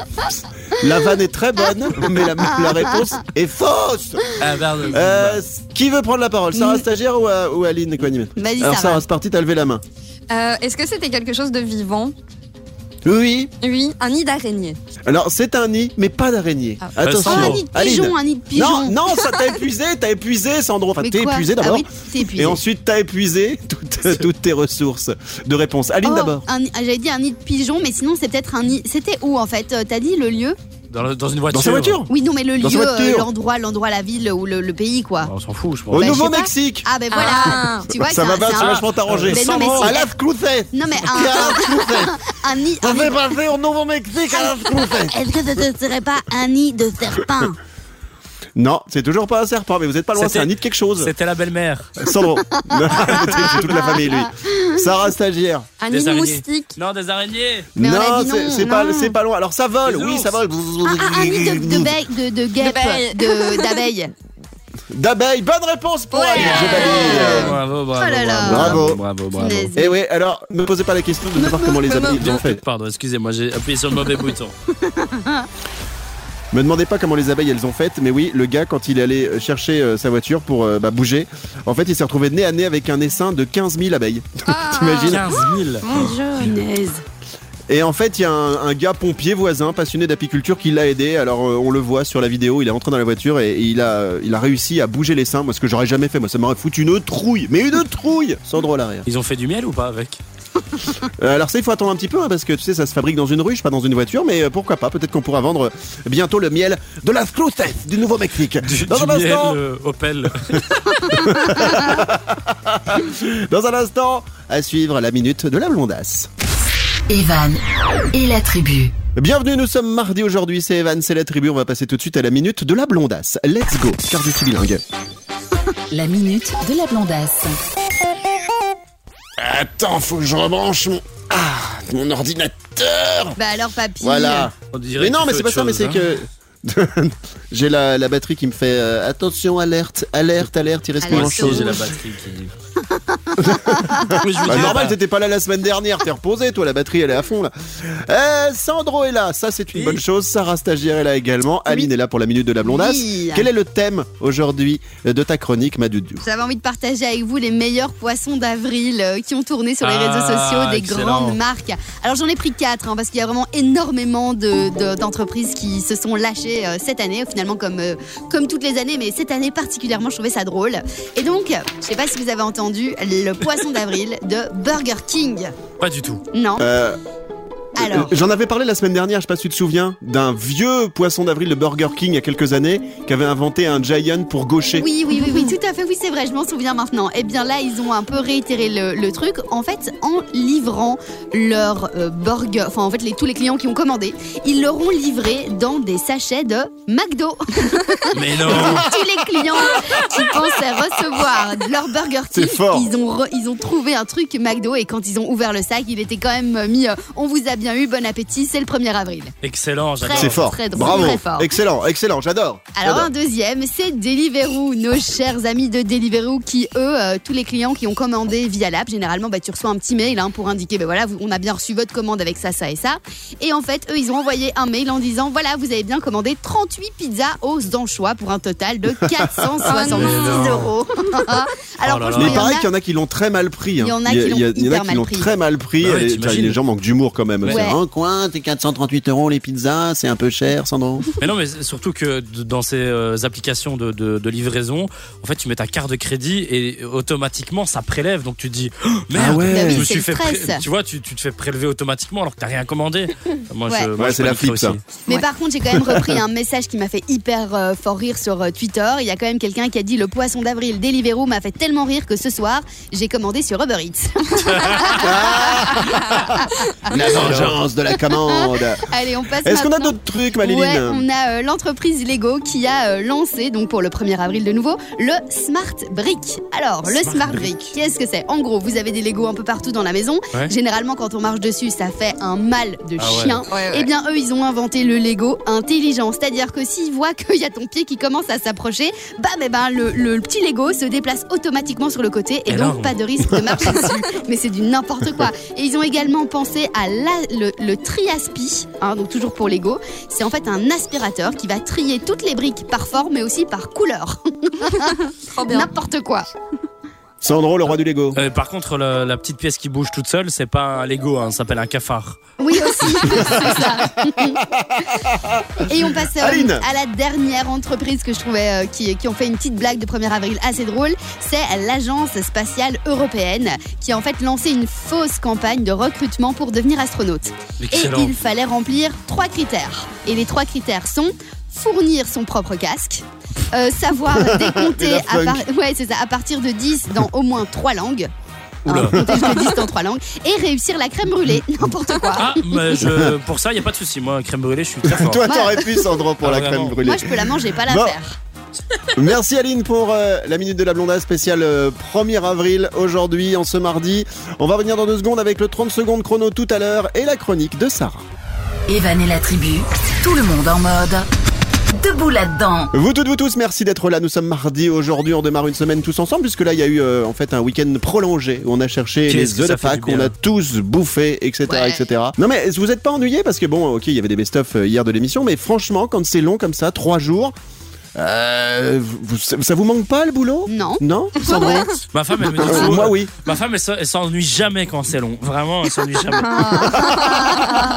la vanne est très bonne, mais la, la réponse est fausse.
Ah, merde.
Euh, qui veut prendre la parole Sarah Stagiaire ou, euh, ou Aline Coanimé
Mm. Vas-y,
Alors
Sarah.
Sarah, c'est parti, t'as levé la main.
Euh, Est-ce que c'était quelque chose de vivant
Oui.
Oui, un nid d'araignée.
Alors c'est un nid, mais pas d'araignée.
Ah.
Oh,
Attention.
un nid de
Aline.
pigeon, un nid de pigeon.
Non, non, ça t'a épuisé, t'as épuisé, Sandro. Enfin,
Mais
t'es
quoi
épuisé
Ah
d'abord.
oui, t'es épuisé.
Et ensuite, t'as épuisé toutes, toutes tes ressources de réponse. Aline
Oh,
d'abord.
un- ah, J'avais dit un nid de pigeon, mais sinon c'est peut-être un nid. C'était où en fait Euh, T'as dit le lieu
Dans, le- dans une voiture.
Dans sa voiture
Oui, non, mais le
Dans sa
lieu, euh,
voiture.
l'endroit, l'endroit, la ville ou le, le pays
Ah,
quoi.
On s'en fout, je pense.
Au
Bah, je sais pas.
Nouveau-Mexique
Ah ben voilà.
Ah.
Tu vois,
Ça
c'est
va,
un-
va,
c'est
ça va
un-
vachement t'arranger.
Mais non, mais Ah.
Sandro,
si-
Alaf Clouthet
Non mais
Qui est
un,
Alaf Clouthet
un nid.
On
un
fait
nid-
passer au Nouveau-Mexique, Alaf Clouthet
Est-ce que ce ne serait pas un nid de serpent
Non, c'est toujours pas un serpent, mais vous êtes pas loin,
C'était-
c'est un nid de quelque chose.
C'était la belle-mère.
Sandro. Non, c'est toute la famille,
Ah.
lui. Sarah Stagiaire.
Un
Des
nid de
araignées.
moustique.
Non, des araignées.
Mais on
non,
a dit
c'est-
non,
c'est pas,
non. Ah,
c'est pas loin. Alors ça vole,
Des
oui,
ours.
ça vole.
Un- Un un nid de, de, bec- de, de guêpe,
baie.
de- d'abeille.
D'abeille, bonne réponse pour Aline. Je valide.
Bravo, bravo.
Oh là là.
Bravo,
Bravo.
bravo, bravo.
Punaise.
Eh oui, alors, ne posez pas la question de savoir comment les abeilles ils ont fait.
Pardon, excusez-moi, j'ai appuyé sur le mauvais bouton.
Me demandez pas comment les abeilles elles ont fait, mais oui, le gars, quand il est allé euh, chercher euh, sa voiture pour euh, bah, bouger, en fait, il s'est retrouvé nez à nez avec un essaim de 15 000 abeilles.
Ah.
T'imagines
15 000.
Ah, Mon dieu.
Punaise.
Et en fait, il y a un, un gars pompier voisin, passionné d'apiculture, qui l'a aidé. Alors, euh, on le voit sur la vidéo, il est entré dans la voiture et, et il, a, il a réussi à bouger l'essaim. Moi, ce que j'aurais jamais fait, moi, ça m'aurait foutu une trouille, mais une trouille Sandro à l'arrière.
Ils ont fait du miel ou pas avec
Euh, alors ça, il faut attendre un petit peu, hein, parce que tu sais, ça se fabrique dans une ruche, pas dans une voiture, mais euh, pourquoi pas, peut-être qu'on pourra vendre euh, bientôt le miel de la Cloutette du Nouveau-Mexique.
Du,
Dans
du
un
miel
instant,
euh, Opel. euh.
dans un instant, à suivre la minute de la blondasse.
Evan et la tribu.
Bienvenue, nous sommes mardi aujourd'hui, c'est Evan, c'est la tribu, on va passer tout de suite à la minute de la blondasse. Let's go, car je suis bilingue.
La minute de la blondasse.
Attends, faut que je rebranche mon. Ah, mon ordinateur
Bah alors papy.
Voilà.
On dirait
Mais
que
non,
tu
mais
fais
c'est pas
autre hein.
ça,
chose,
mais c'est
hein.
que... J'ai la, la batterie qui me fait euh, attention, alerte, alerte, alerte, il reste plus
Alerte
grand
au
chose.
J'ai la
rouge.
batterie qui dit. Oui, je vous
Bah,
dis,
normal,
bah,
t'étais pas là la semaine dernière, t'es reposé, toi, la batterie elle est à fond là. Euh, Sandro est là, ça c'est une
Oui.
bonne chose. Sarah Stagiaire est là également. Aline est là pour la minute de la blondasse.
Oui.
Quel est le thème aujourd'hui euh, de ta chronique, Madudu
J'avais envie de partager avec vous les meilleurs poissons d'avril euh, qui ont tourné sur les
Ah,
réseaux sociaux des
excellent.
grandes marques. Alors j'en ai pris quatre hein, parce qu'il y a vraiment énormément de- de- d'entreprises qui se sont lâchées euh, cette année, finalement comme, euh, comme toutes les années, mais cette année particulièrement je trouvais ça drôle. Et donc, je sais pas si vous avez entendu le poisson d'avril de Burger King.
Pas du tout.
Non
Euh,
Alors,
euh, J'en avais parlé la semaine dernière, je sais pas si tu te souviens, d'un vieux poisson d'avril de Burger King il y a quelques années qui avait inventé un giant pour gaucher.
Oui, oui, oui, oui, tout à fait, oui, c'est vrai, je m'en souviens maintenant. Eh bien là, ils ont un peu réitéré le, le truc, en fait, en livrant leur euh, burger, enfin en fait, les, tous les clients qui ont commandé, ils leur ont livré dans des sachets de McDo.
Mais non.
tous les clients qui pensaient recevoir leur Burger King,
C'est fort.
ils ont, re- ils ont trouvé un truc McDo et quand ils ont ouvert le sac, il était quand même mis euh, on vous a bien bien eu, bon appétit, c'est le 1er avril.
Excellent, j'adore.
C'est fort.
très drôle,
Bravo.
très fort.
Excellent, excellent, j'adore.
Alors
J'adore.
un deuxième, c'est Deliveroo, nos chers amis de Deliveroo qui eux, euh, tous les clients qui ont commandé via l'app, généralement bah, tu reçois un petit mail hein, pour indiquer, bah, voilà, vous- on a bien reçu votre commande avec ça, ça et ça. Et en fait, eux, ils ont envoyé un mail en disant, voilà, vous avez bien commandé 38 pizzas aux anchois pour un total de 466 euros. Alors
Oh
franchement,
là là.
Oh,
Ah.
Mais
il y en a-
pareil qu'il y en a qui l'ont très mal pris. hein.
Il y en a qui l'ont
il y a- il y en a
hyper
qui
mal
l'ont
pris.
très mal pris.
Bah ouais,
et,
t'imagines.
les gens manquent d'humour quand même.
Ouais.
C'est un coin, t'es 438 euros les pizzas, c'est un peu cher, Sandro.
Mais non, mais surtout que d- dans ces euh, applications de, de- de livraison, en fait, tu mets ta carte de crédit et automatiquement ça prélève. Donc tu te dis, oh, merde,
Ah ouais. Bah oui,
je me
c'est
suis
le
fait pré-
stress.
tu vois, tu, tu te fais prélever automatiquement alors que t'as rien commandé. Moi,
Ouais.
je, moi,
Ouais,
je
c'est la
paniquerais
flip, ça.
aussi.
Mais
Ouais.
par contre, j'ai quand même repris un message qui m'a fait hyper euh, fort rire sur euh, Twitter. Il y a quand même quelqu'un qui a dit le poisson d'avril Deliveroo m'a fait tellement rire que ce soir, j'ai commandé sur Uber Eats.
La vengeance de la commande.
Allez, on passe
Est-ce qu'on a
maintenant-
d'autres trucs,
Ouais,
Maléline
on a euh, l'entreprise Lego qui a euh, lancé, donc pour le 1er avril de nouveau, le Smart Brick. Alors, le
Smart
Smart Brick, qu'est-ce que c'est En gros, vous avez des Lego un peu partout dans la maison.
Ouais.
Généralement, quand on marche dessus, ça fait un mal de
Ah ouais.
chien.
Ouais, ouais.
Eh bien, eux, ils ont inventé le Lego intelligent. C'est-à-dire que s'ils voient qu'il y a ton pied qui commence à s'approcher, bam, eh ben, le, le petit Lego se déplace automatiquement sur le côté et
Énorme.
donc pas de risque de marcher dessus. Mais c'est du n'importe quoi. Et ils ont également pensé à la- le, le Triaspi, hein, donc toujours pour Lego. C'est en fait un aspirateur qui va trier toutes les briques par forme mais aussi par couleur.
Eh
Trop bien.
n'importe quoi.
Sandro, le roi du Lego.
Euh, par contre, la, la petite pièce qui bouge toute seule, c'est pas un Lego, hein, ça s'appelle un cafard.
Oui aussi, c'est ça. Et on passe euh,
Aline.
à la dernière entreprise que je trouvais euh, qui, qui ont fait une petite blague de 1er avril assez drôle. C'est l'Agence spatiale européenne qui a en fait lancé une fausse campagne de recrutement pour devenir astronaute. Et
Excellent.
il fallait remplir trois critères. Et les trois critères sont fournir son propre casque, euh, savoir décompter
Daft
à,
Punk.
par- ouais, c'est ça, à partir de 10 dans au moins trois langues.
Oula.
Hein, compter jusqu'à 10 dans trois langues. Et réussir la crème brûlée, n'importe quoi.
Ah, mais je, pour ça, il n'y a pas de souci. Moi, crème brûlée, je suis très fort.
Toi,
Moi-
t'aurais pu, Sandro, pour
Ah,
la
vraiment.
crème brûlée.
Bah. Moi, je peux la manger, pas la
Bon.
faire.
Merci Aline pour euh, la minute de la blonda spéciale euh, 1er avril aujourd'hui, en ce mardi. On va revenir dans deux secondes avec le 30 secondes chrono tout à l'heure et la chronique de Sarah.
Evan et la tribu, tout le monde en mode. Debout là-dedans.
Vous toutes, vous tous, merci d'être là. Nous sommes mardi aujourd'hui. On démarre une semaine tous ensemble, puisque là, il y a eu euh, en fait un week-end prolongé où on a cherché
Qu'est-ce
les
que
œufs
ça
de
fait du
Pâques, on
bien.
a tous bouffé, etc.,
Ouais.
etc. Non mais vous êtes pas ennuyés parce que bon, ok, il y avait des best-of euh, hier de l'émission, mais franchement, quand c'est long comme ça, trois jours, euh, vous- ça ça vous manque pas le boulot
Non.
Non, Sandro
Ma femme, elle me dit
Euh,
toujours,
Moi, oui.
Ma femme, elle s- elle s'ennuie jamais quand c'est long. Vraiment, elle s'ennuie jamais.
Ah,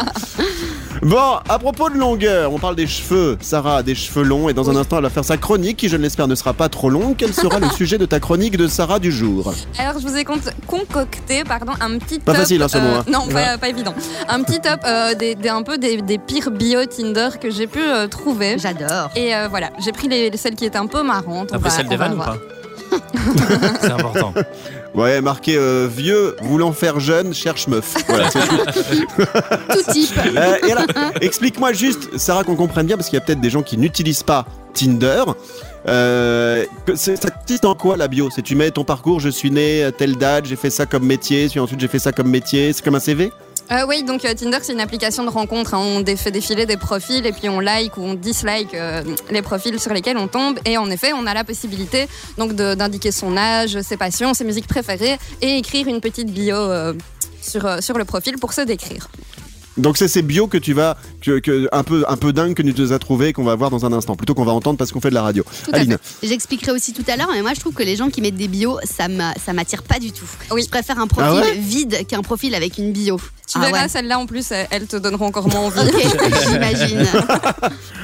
Bon, à propos de longueur, on parle des cheveux. Sarah a des cheveux longs et dans un instant, elle va faire sa chronique qui, je ne l'espère, ne sera pas trop longue. Quel sera le sujet de ta chronique de Sarah du jour
Alors, je vous ai con- concocté pardon, un petit
Pas
top. euh,
facile, hein, ce mot, hein.
Non, pas, pas évident. Un petit top euh, des, des- un peu des, des pires bio Tinder que j'ai pu euh, trouver.
J'adore.
Et euh, voilà, j'ai pris les, celles qui étaient un peu marrantes. On
bah,
Après
va-
celle
on
des
va
vannes ou
voir.
pas C'est important.
Ouais, marqué euh, vieux, voulant faire jeune, cherche meuf. Voilà, c'est tout.
Tout type.
Euh, et alors, explique-moi juste, Sarah, qu'on comprenne bien, parce qu'il y a peut-être des gens qui n'utilisent pas Tinder. Euh, que- c'est- ça consiste en quoi la bio C'est tu mets ton parcours, je suis né à telle date, j'ai fait ça comme métier, puis ensuite j'ai fait ça comme métier, c'est comme un CV
Euh, oui, donc euh, Tinder, c'est une application de rencontre. hein. On dé- fait défiler des profils et puis on like ou on dislike euh, les profils sur lesquels on tombe. Et en effet, on a la possibilité donc de- d'indiquer son âge, ses passions, ses musiques préférées et écrire une petite bio euh, sur, euh, sur le profil pour se décrire.
Donc c'est ces bios que tu vas, que, que- un peu un peu dingue que tu nous as trouvé, qu'on va voir dans un instant, plutôt qu'on va entendre parce qu'on fait de la radio.
Tout à
Aline,
J'expliquerai aussi tout à l'heure, mais moi je trouve que les gens qui mettent des bios, ça m'a- ça m'attire pas du tout.
Oui.
Je préfère un profil
Ah ouais
vide qu'un profil avec une bio.
Tu
Ah
verras,
ouais.
celle-là en plus, elle- elle te donnera encore moins envie.
Ok, j'imagine.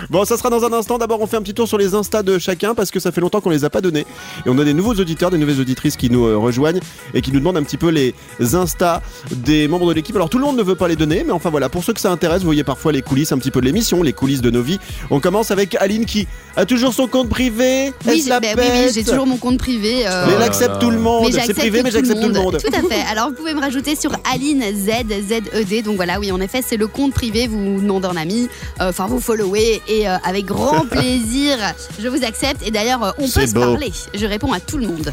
bon, ça sera dans un instant. D'abord, on fait un petit tour sur les Insta de chacun parce que ça fait longtemps qu'on les a pas donnés et on a des nouveaux auditeurs, des nouvelles auditrices qui nous euh, rejoignent et qui nous demandent un petit peu les Insta des membres de l'équipe. Alors tout le monde ne veut pas les donner, mais enfin voilà, pour ceux que ça intéresse, vous voyez parfois les coulisses un petit peu de l'émission, les coulisses de nos vies. On commence avec Aline qui a toujours son compte privé. elle
Oui,
se
j'ai
la
bah oui, oui,
pète.
j'ai toujours mon compte privé. euh,
Mais
Oh là
j'accepte
là.
tout le monde.
mais
C'est
j'accepte
privé, mais j'accepte tout le monde.
Tout à fait. Alors vous pouvez me rajouter sur Aline Z Z E D. Donc voilà, oui, en effet, c'est le compte privé. Vous demandez en ami, euh, enfin vous followez et euh, avec grand plaisir, je vous accepte. Et d'ailleurs, euh, on peut
C'est
se
beau.
parler. Je réponds à tout le monde.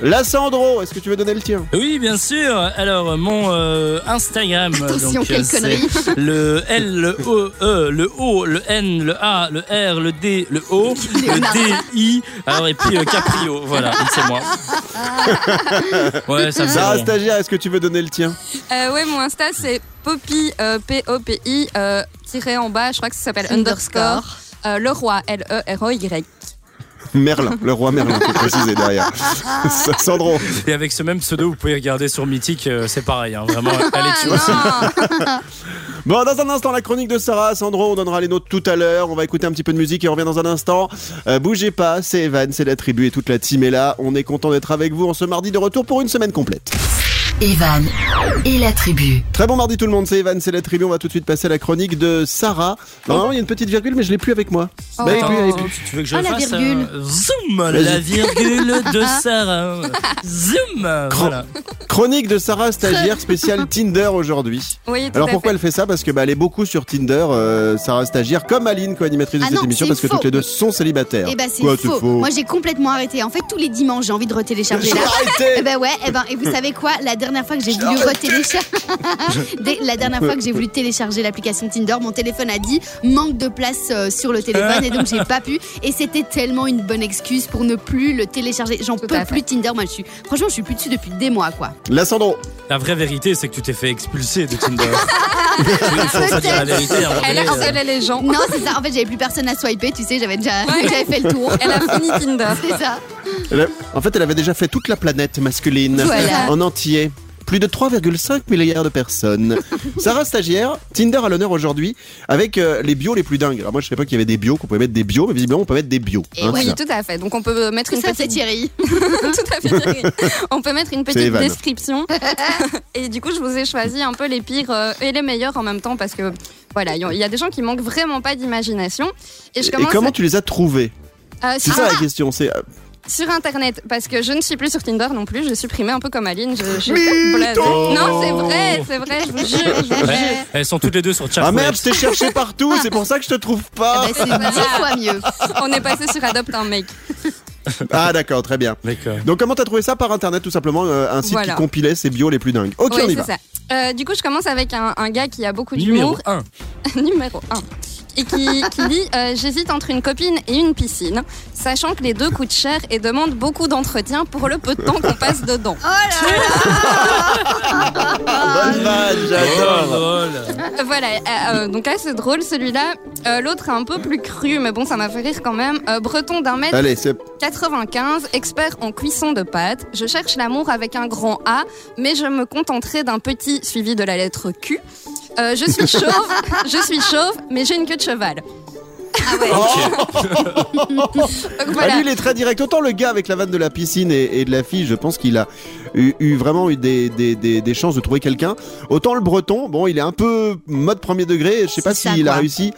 La Sandro, est-ce que tu veux donner le tien
Oui, bien sûr. Alors, mon euh, Instagram,
Attention,
donc,
quelle
c'est
connerie.
le L, le O, E, le O, le N, le A, le R, le D, le O, le D, I, alors, et puis euh, Caprio. Voilà, donc c'est moi. Ouais,
Ah.
ça me fait
Sarah
bon.
Stagiaire, est-ce que tu veux donner le tien
Euh, ouais, mon Insta, c'est Poppy, euh, P-O-P-I, euh, tiré en bas, je crois que ça s'appelle underscore. euh, le roi, L-E-R-O-Y.
Merlin, le roi Merlin, faut préciser derrière. Ça, Sandro.
Et avec ce même pseudo, vous pouvez regarder sur Mythique, euh, c'est pareil. hein, vraiment, allez,
Ah
tu vois.
non
Bon, dans un instant, la chronique de Sarah. Sandro, on donnera les nôtres tout à l'heure. On va écouter un petit peu de musique et on revient dans un instant. Euh, bougez pas, c'est Evan, c'est la tribu et toute la team est là. On est content d'être avec vous en ce mardi de retour pour une semaine complète.
Evan et la tribu.
Très bon mardi tout le monde, c'est Evan, c'est la tribu. On va tout de suite passer à la chronique de Sarah. Normalement, il y a une petite virgule, mais je l'ai plus avec moi.
Oh.
Bah, il est plus, il est
Attends,
plus.
tu, tu veux que je
Ah,
Oh, la
fasse
virgule.
un zoom la virgule de Sarah zoom voilà
Chronique de Sarah, stagiaire spéciale Tinder aujourd'hui.
Oui, tout
Alors
à
pourquoi
fait.
elle fait ça Parce que bah, elle est beaucoup sur Tinder, euh, Sarah Stagiaire, comme Aline, co-animatrice de
Ah
cette
non,
émission,
c'est
parce que
faux.
toutes les deux sont célibataires.
Eh ben c'est
Quoi, c'est
faux. Moi j'ai complètement arrêté. En fait tous les dimanches j'ai envie de retélécharger
J'ai
là. Eh
arrêté
ben ouais, eh ben, et vous savez quoi La dernière fois que j'ai voulu retélécharger, Dès- la dernière fois que j'ai voulu télécharger l'application Tinder, mon téléphone a dit manque de place euh, sur le téléphone et donc j'ai pas pu. Et c'était tellement une bonne excuse pour ne plus le télécharger. J'en
Tout
peux
à fait.
plus Tinder, moi je suis. Franchement, je suis plus dessus depuis des mois quoi.
La Sandro
la vraie vérité c'est que tu t'es fait expulser de Tinder il faut faut dire la vérité à un moment
Elle
donné, euh,
harcelait les gens.
Non, c'est ça. En fait, j'avais plus personne à swiper. Tu sais, j'avais déjà, j'avais fait le tour.
Elle a fini Tinder.
C'est ça.
Elle a- En fait, elle avait déjà fait toute la planète masculine
Voilà.
en entier. Plus de 3,5 milliards de personnes. Sarah Stagiaire, Tinder à l'honneur aujourd'hui, avec euh, les bios les plus dingues. Alors moi, je savais pas qu'il y avait des bios, qu'on pouvait mettre des bios, mais visiblement, on peut mettre des bios.
Et
hein,
ouais,
c'est
Oui,
ça.
tout à fait. Donc on peut mettre
Tout
une
ça, c'est
petite
Thierry. Eh
tout à fait Thierry. On peut mettre une petite
Evan.
description. Et du coup, je vous ai choisi un peu les pires euh, et les meilleurs en même temps parce que voilà, il y a- il y a des gens qui manquent vraiment pas d'imagination. Et je
Et
commence
comment tu les as trouvés
euh,
C'est
sur,
ça la
Ah.
question. C'est euh,
sur internet parce que je ne suis plus sur Tinder non plus. Je suis primée un peu comme Aline. Je, je suis blasée. Non, c'est vrai, c'est vrai. Je vous jure.
euh, ouais, elles sont toutes les deux sur chat
ah merde, je t'ai cherché partout, c'est pour ça que je te trouve
Eh
pas.
Ah,
ben, c'est dix fois mieux.
On est passé sur Adopte un mec.
Ah d'accord, très bien.
d'accord
Donc comment t'as trouvé ça par internet tout simplement euh, un site
Voilà.
qui compilait ses bios les plus dingues. Ok,
Ouais,
on y
c'est
va.
ça. Euh, du coup, je commence avec un, un gars qui a beaucoup
numéro
d'humour.
1
numéro 1 et qui, qui dit euh, j'hésite entre une copine et une piscine sachant que les deux coûtent cher et demandent beaucoup d'entretien pour le peu de temps qu'on passe dedans
Bonne vanne,
Oh,
j'adore.
Euh, voilà euh, euh, donc là c'est drôle celui-là Euh, l'autre est un peu plus cru mais bon ça m'a fait rire quand même Euh, breton d'un
Ah.
mètre
Allez, c'est
95 expert en cuisson de pâtes je cherche l'amour avec un grand A mais je me contenterai d'un petit suivi de la lettre Q Euh, je suis chauve je suis chauve mais j'ai une queue de cheval Donc
Ah,
voilà
lui, il est très direct. Autant le gars avec la vanne de la piscine et, et de la fille, je pense qu'il a eu, eu vraiment eu des, des- des- des chances de trouver quelqu'un. Autant le breton, bon, il est un peu mode premier degré. Je sais pas
C'est
s'il
ça,
a
quoi.
réussi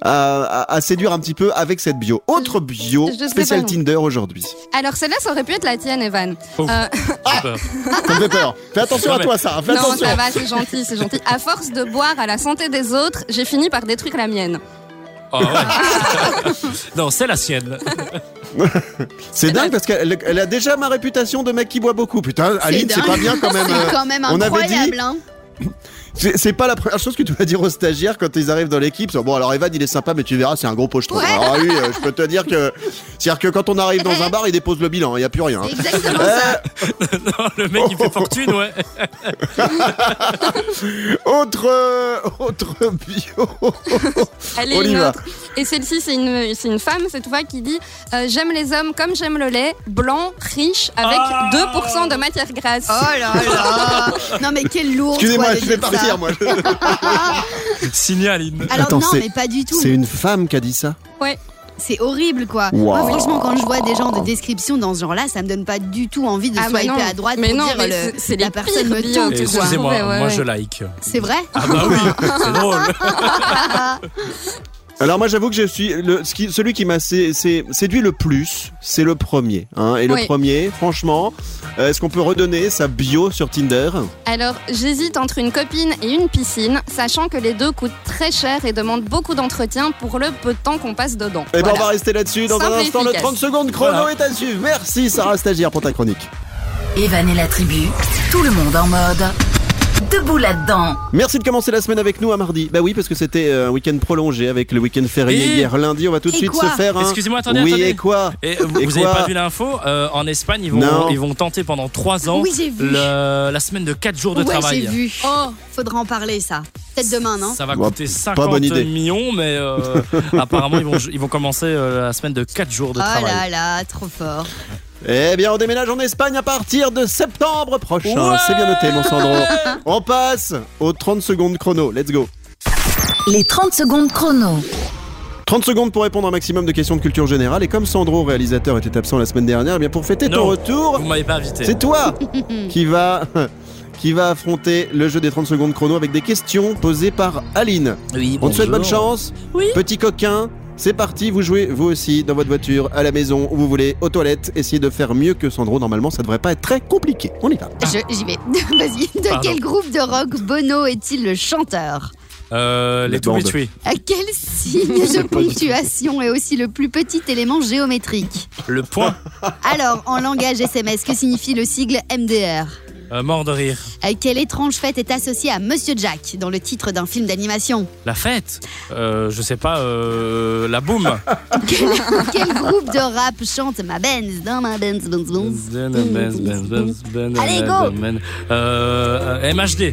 à, à- à séduire un petit peu avec cette bio. Autre bio
je sais
spécial
pas,
Tinder aujourd'hui.
Alors celle-là, ça aurait pu être la tienne, Evan.
Ouf.
Euh,
Ça me fait peur. Fais attention
Non,
à
mais-
toi, ça. Fais
non,
attention.
ça va, c'est gentil, c'est gentil. À force de boire à la santé des autres, j'ai fini par détruire la mienne.
Oh, non c'est la sienne
C'est dingue parce qu'elle elle a déjà ma réputation de mec qui boit beaucoup. Putain, Aline, c'est
dingue.
pas bien quand même.
C'est
euh,
quand même
on avait dit-
incroyable. hein.
C'est c'est pas la première chose que tu vas dire aux stagiaires quand ils arrivent dans l'équipe. c'est, Bon, alors Evan, il est sympa, mais tu verras, c'est un gros pochetron.
Ouais.
Alors lui, euh, je peux te dire que. C'est-à-dire que quand on arrive dans un bar, il dépose le bilan, il n'y a plus rien.
C'est exactement ça.
non le mec il fait
Oh.
fortune ouais
Autre. euh, autre bio.
Elle est
On y
une
va.
autre. Et celle-ci, c'est une, c'est une femme, c'est toi qui dit euh, J'aime les hommes comme j'aime le lait, blanc, riche, avec
Ah
2% de matière grasse.
Oh là là Non mais quel lourd
Excusez-moi,
quoi, de
je vais
dire ça.
partir, moi.
signaline
Alors
Attends,
non
c'est-
mais pas du tout
C'est une femme qui a dit ça.
C'est horrible quoi
Wow.
Moi franchement quand je vois des gens de description dans ce genre là Ça me donne pas du tout envie de
Ah, mais
swiper
non.
à droite
Mais
pour
non,
dire
mais
le-
c'est- c'est
la
les
personne
pires
me
bios,
tente
tu
quoi.
vois.
excusez-moi
Ouais, ouais,
moi
ouais.
je like
C'est vrai
ah bah oui c'est drôle
Alors moi j'avoue que je suis le, ce qui- celui qui m'a sé- sé- séduit le plus, c'est le premier. hein. et le
Oui.
premier, franchement, euh, est-ce qu'on peut redonner sa bio sur Tinder
Alors, j'hésite entre une copine et une piscine, sachant que les deux coûtent très cher et demandent beaucoup d'entretien pour le peu de temps qu'on passe dedans.
Eh ben,
Voilà.
on va rester là-dessus dans
Simple
un
et
instant. Le
efficace.
30 secondes chrono
Voilà.
est à suivre. Merci Sarah Stagiaire pour ta chronique.
Evan et la tribu, tout le monde en mode. Debout là-dedans.
Merci de commencer la semaine avec nous à mardi. Bah oui, parce que c'était euh, un week-end prolongé avec le week-end férié
Et-
hier lundi. On va tout de
Et
suite
quoi
se faire un.
Excusez-moi, attendez,
oui,
attendez.
et quoi
Et euh, vous
Et
vous avez
quoi
pas vu l'info euh, En Espagne, ils
Non.
vont, ils vont tenter pendant 3 ans
Oui, j'ai vu.
le- la semaine de 4 jours de
ouais,
travail.
j'ai vu. Oh, faudra en parler, ça. Peut-être demain, non
Ça va
Bah,
coûter
pas
50
bonne idée.
millions, mais euh, apparemment, ils vont, ils vont commencer euh, la semaine de 4 jours de
Oh
travail.
là là, trop fort.
Eh bien, on déménage en Espagne à partir de septembre prochain.
Ouais
C'est bien noté, mon Sandro. On passe aux 30 secondes chrono. Let's go.
Les 30 secondes chrono.
30 secondes pour répondre à un maximum de questions de culture générale. Et comme Sandro, réalisateur, était absent la semaine dernière, eh bien pour fêter ton
Non.
retour,
Vous m'avez pas invité.
c'est toi qui va. Qui va affronter le jeu des 30 secondes chrono avec des questions posées par Aline.
Oui,
On te souhaite bonne
bonjour.
chance.
Oui.
Petit coquin. C'est parti, vous jouez vous aussi dans votre voiture, à la maison, où vous voulez, aux toilettes. Essayez de faire mieux que Sandro. Normalement, ça devrait pas être très compliqué. On y va.
Ah.
Je- J'y vais. Vas-y. De
Pardon.
quel groupe de rock Bono est-il le chanteur
Euh, les
La
double
bande.
tués.
À quel signe de ponctuation est aussi le plus petit élément géométrique
Le point,
Alors, en langage SMS, que signifie le sigle MDR
euh, mort de rire.
À quelle étrange fête est associée à Monsieur Jack dans le titre d'un film d'animation
La fête, euh, je sais pas, euh, la boum.
quel, quel groupe de rap chante Ma Benz dans Ma Benz Benz Benz Allez, go
Euh, MHD,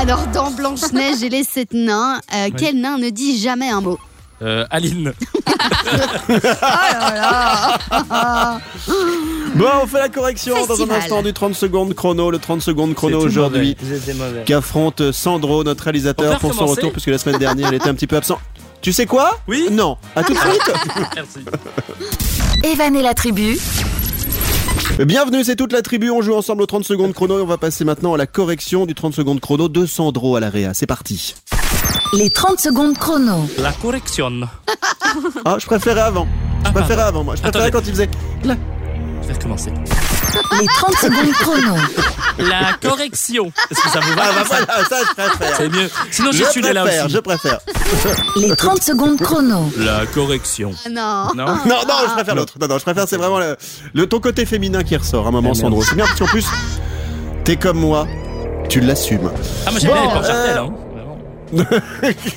Alors, dans Blanche-Neige et les sept nains, euh, quel nain ne dit jamais un mot
euh, Aline.
Bon, on fait la correction dans un
Festival.
instant du 30 secondes chrono. Le 30 secondes chrono aujourd'hui qu'affronte Sandro, notre
On
réalisateur,
peut
pour son
recommencer
retour, puisque la semaine dernière, il était un petit peu absent. Tu sais quoi
Oui. Ah,
Non. À tout de suite.
Merci.
Evan et la tribu,
ah.
Bienvenue, c'est toute la tribu. On joue ensemble aux 30 secondes chrono et on va passer maintenant à la correction du 30 secondes chrono de Sandro à la réa. C'est parti.
les 30 secondes chrono.
La correction.
Ah, je préférais avant. Je préférais avant, moi. Je préférais quand il faisait.
Ah, Je vais recommencer.
Les 30 secondes chrono.
La correction. Est-ce que ça vous
Ah, bah
va
voilà, ça, je préfère.
C'est mieux. Eh Sinon,
Je
je suis là
préfère,
aussi.
je préfère.
Oh,
Les 30 secondes chrono.
La correction.
Ah non
Non
Non, non, je préfère l'autre. Non, non, je préfère, c'est vraiment le, le- ton côté féminin qui ressort à un moment,
Ah, merde.
Sandro. C'est bien parce qu'en plus, t'es comme moi, tu l'assumes.
Ah, moi j'aime bien
Bon,
les portes hein.
euh,
Vraiment.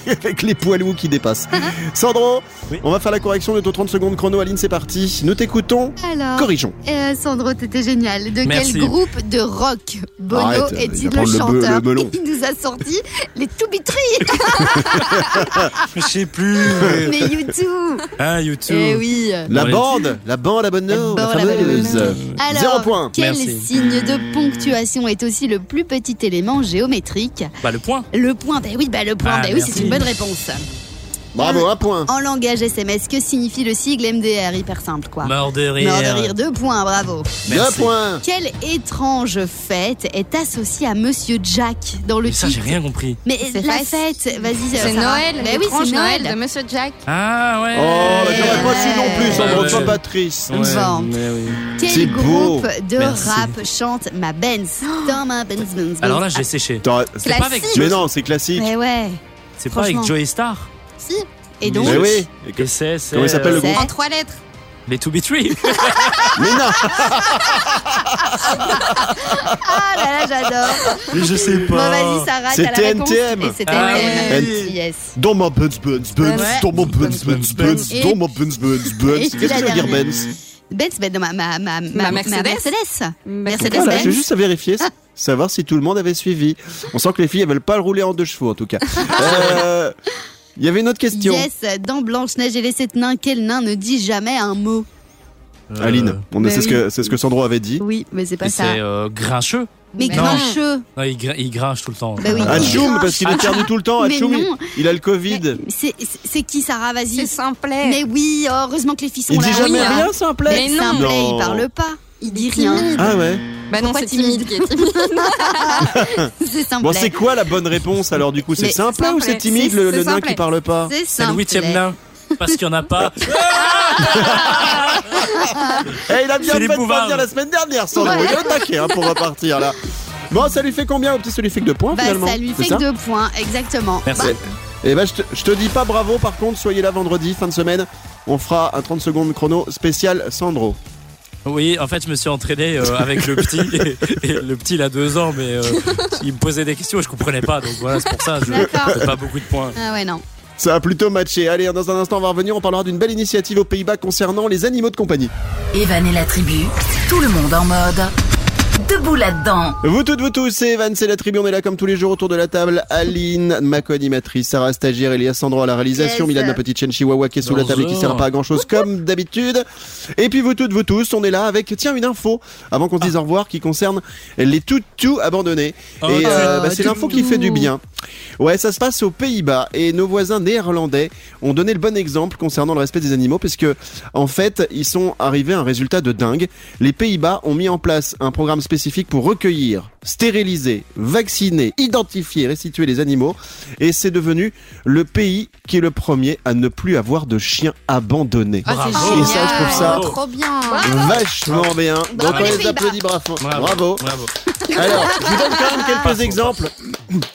Avec les poilous qui
Ah.
dépassent. Sandro,
Oui.
on va faire la correction de ton 30 secondes chrono. Aline, c'est parti. Nous t'écoutons,
Alors,
corrigeons.
Ah.
euh, Sandro, t'étais génial. De
Merci.
quel groupe de rock Bono
Arrête, euh, il
est-il
va
le
prendre le be-
chanteur
le melon.
Il nous a sorti les Toubitri,
Je sais plus.
mais YouTube.
Ah, YouTube.
Eh oui.
La
Ouais.
bande, la bande à bonne heure,
La
la
bande à bonne
fameuse.
heure. Alors,
Zéro point.
quel
Merci.
signe de ponctuation est aussi le plus petit élément géométrique
Bah, le point.
Le point, ben oui, ben le point,
Ah,
ben oui,
merci.
c'est une bonne réponse.
Bravo, un point.
En langage SMS, que signifie le sigle MDR Hyper simple, quoi.
Mort de rire.
Ah. Mort de rire, deux points, bravo.
Deux
Merci.
points.
Quelle étrange fête est associée à Monsieur Jack dans le
Mais ça, j'ai
titre
rien compris.
Mais
C'est
la
facile.
fête, vas-y.
C'est Noël,
Mais oui,
l'étrange
c'est Noël.
Noël. de Monsieur Jack.
Ah, ouais.
Oh, bah, j'aurais pas su non plus, Sandro,
Ouais.
sois pas triste.
Ouais,
Bon.
mais oui.
C'est
Quel
beau.
groupe de
Merci.
rap chante ma Benz dans ma Benz Benz
Alors là, j'ai séché.
T'aurais-
C'est pas avec
Mais
Joy-
non, c'est classique.
Mais ouais,
C'est pas avec
franchement.
Joey Star.
si. Et donc,
Mais oui. Et que-
Et c'est. c'est,
Comment il s'appelle le
euh,
groupe
En trois lettres.
Les To Be Three.
Mais non.
ah là là, j'adore.
je sais
Bon, vas-y, Sarah,
C'est
t'as la réponse.
TNTM.
Et c'est
Ah
TNTM.
oui.
Yes.
Dans ma Benz Benz Benz,
Ouais.
dans ma Benz Benz Benz,
Et-
dans ma Benz Benz Benz.
Et
Qu'est-ce que
la
ça veut dire
dernière.
Benz
Benz, ben, non, ma, ma, ma, ma,
Mercedes.
ma Mercedes. Mercedes
Voilà,
Benz.
j'ai juste à vérifier,
Ah.
savoir si tout le monde avait suivi. On sent que les filles elles veulent pas le rouler en deux chevaux en tout cas. Euh, Il y avait une autre question.
Yes, dans Blanche-Neige et les sept nains, quel nain ne dit jamais un mot
Euh, Aline, on
bah
c'est ce
oui.
que c'est ce que Sandro avait dit.
Oui, mais c'est pas ça.
C'est euh, grincheux.
Mais
Non.
grincheux.
Non, il, grin- il grinche tout le temps.
Bah oui.
Ah,
Achou.
Hachoum, parce qu'il éternue tout le temps.
Mais
Hachoum,
non.
il- il a le Covid.
C'est c'est- c'est qui, Sarah Vas-y.
C'est simplet.
Mais oui, oh, heureusement que les filles sont
Il
là.
dit jamais
Oui, hein.
rien, simple.
Mais non.
Simplet,
Non.
il parle pas. Il dit rien.
Ah ouais.
Bah non,
Pourquoi
c'est timide qui est timide.
C'est
Bon,
Simplet.
c'est quoi la bonne réponse alors du coup C'est
Mais
simple ou c'est
Simplet.
timide
C'est-
le,
c'est
le nain
Simplet.
qui parle pas
C'est
C'est le
Simplet.
huitième nain. Parce qu'il n'y en a pas.
Eh, il a bien fait
Philippe
de pas
Bouvard.
venir la semaine dernière, Sandro. Il est au taquet hein, pour repartir là. Bon, ça lui fait combien au petit Ça lui fait que deux points
Bah,
finalement.
ça lui
c'est
fait que deux points, exactement.
Merci.
Et bah, je te, je te dis pas bravo, par contre, soyez là vendredi, fin de semaine. On fera un 30 secondes chrono spécial Sandro.
Oui, en fait, je me suis entraîné euh, avec le petit. Et, et le petit, il a deux ans, mais euh, il me posait des questions, je comprenais pas. Donc voilà, c'est pour ça, je
D'accord.
fais pas beaucoup de points.
Ah ouais, non.
Ça a plutôt matché. Allez, dans un instant, on va revenir. On parlera d'une belle initiative aux Pays-Bas concernant les animaux de compagnie.
Evan et la tribu, tout le monde en mode. Debout là-dedans.
Vous toutes, vous tous, c'est Evan, c'est la tribu. On est là comme tous les jours autour de la table. Aline, ma co-animatrice, Sarah Stagiaire, Elias Sandro à la réalisation,
Yes.
Milan, ma petite chaîne Chihuahua qui est sous la table et qui
Bonjour.
sert pas à grand chose comme d'habitude. Et puis vous toutes, vous tous, on est là avec, tiens, une info avant qu'on se dise au revoir qui concerne les toutous abandonnés.
Oh,
et euh,
toutou.
bah, c'est l'info qui fait du bien. Ouais, ça se passe aux Pays-Bas et nos voisins néerlandais ont donné le bon exemple concernant le respect des animaux parce que en fait, ils sont arrivés à un résultat de dingue. Les Pays-Bas ont mis en place un programme spécifique pour recueillir, stériliser, vacciner, identifier, restituer les animaux et c'est devenu le pays qui est le premier à ne plus avoir de chiens abandonnés.
Ah, c'est
Bravo.
Et
génial.
ça, je trouve ça
Oh, Trop bien.
Vachement bien. Donc
Bravo les
on les
Pays-Bas.
applaudit bravo.
Bravo.
Bravo.
Bravo.
Alors, je vous donne quand même quelques exemples.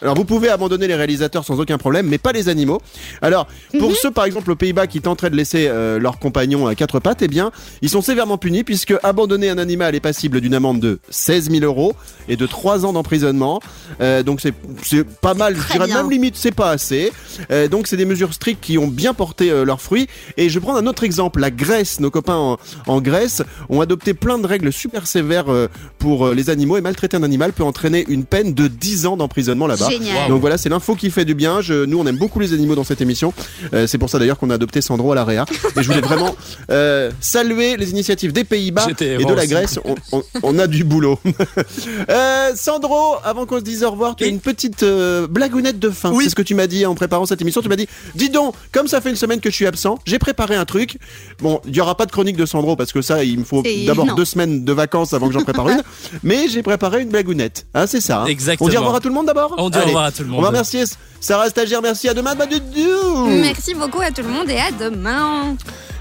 Alors, vous pouvez abandonner les réalisateurs sans aucun problème, mais pas les animaux. Alors, pour
Mhm.
ceux, par exemple, aux Pays-Bas qui tenteraient de laisser euh, leur compagnon à quatre pattes, eh bien, ils sont sévèrement punis puisque abandonner un animal est passible d'une amende de 16 000 euros et de 3 ans d'emprisonnement. Euh, donc, c'est c'est pas mal. Je
très
dirais
bien.
même limite, c'est pas assez. Euh, donc, c'est des mesures strictes qui ont bien porté euh, leurs fruits. Et je vais prendre un autre exemple. La Grèce, nos copains en, en Grèce, ont adopté plein de règles super sévères euh, pour euh, les animaux et maltraiter un animal peut entraîner une peine de 10 ans d'emprisonnement là-bas.
Génial.
Donc voilà, c'est l'info qui fait du bien. Je, nous, on aime beaucoup les animaux dans cette émission. Euh, c'est pour ça d'ailleurs qu'on a adopté Sandro à la Réa. Et je voulais vraiment euh, saluer les initiatives des Pays-Bas
J'étais
et de
héros
la
aussi.
Grèce. On, on- on a du boulot. Euh, Sandro, avant qu'on se dise au revoir, tu as
Oui.
une petite euh, blagounette de fin.
Oui.
C'est ce que tu m'as dit en préparant cette émission. Tu m'as dit, dis donc, comme ça fait une semaine que je suis absent, j'ai préparé un truc. Bon, il n'y aura pas de chronique de Sandro parce que ça, il me faut
C'est-
d'abord
non.
deux semaines de vacances avant que j'en prépare une. Mais j'ai préparé une blagounette. Ah, c'est ça. hein.
Exactement.
On dit au revoir à tout le monde d'abord
On dit au
Allez.
revoir à tout le monde.
On va remercier Sarah Stagiaire, merci, à demain, bah, du- du-
Merci beaucoup à tout le monde et à demain.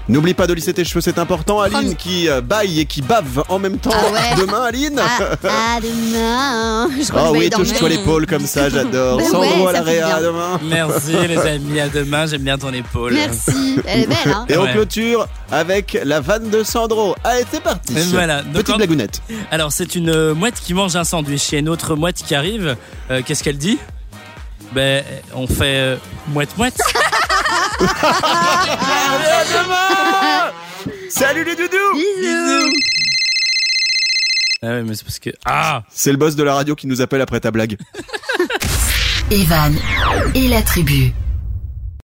N'oublie pas de lisser tes cheveux, c'est important. Aline
Promis.
qui euh, baille et qui bave en même temps.
Ah ouais.
Demain, Aline
Ah, ah, demain. Je crois que
Ah
je vais
oui,
dormir.
touche-toi l'épaule comme ça, j'adore.
Ben
Sandro
ouais,
à la
ça fait du
réa,
bien.
demain.
Merci les amis, à demain, j'aime bien ton épaule.
Merci. Elle est belle, hein.
Et on
Ah Ouais.
clôture avec la vanne de Sandro. Allez, c'est parti.
Et voilà, donc
Petite
en-
blagounette.
Alors c'est une euh, mouette qui mange un sandwich et une autre mouette qui arrive. Euh, Qu'est-ce qu'elle dit Ben on fait euh, mouette mouette.
Salut les doudous
Bisous.
ah ouais mais c'est parce que ah
C'est le boss de la radio qui nous appelle après ta blague.
Evan et la tribu.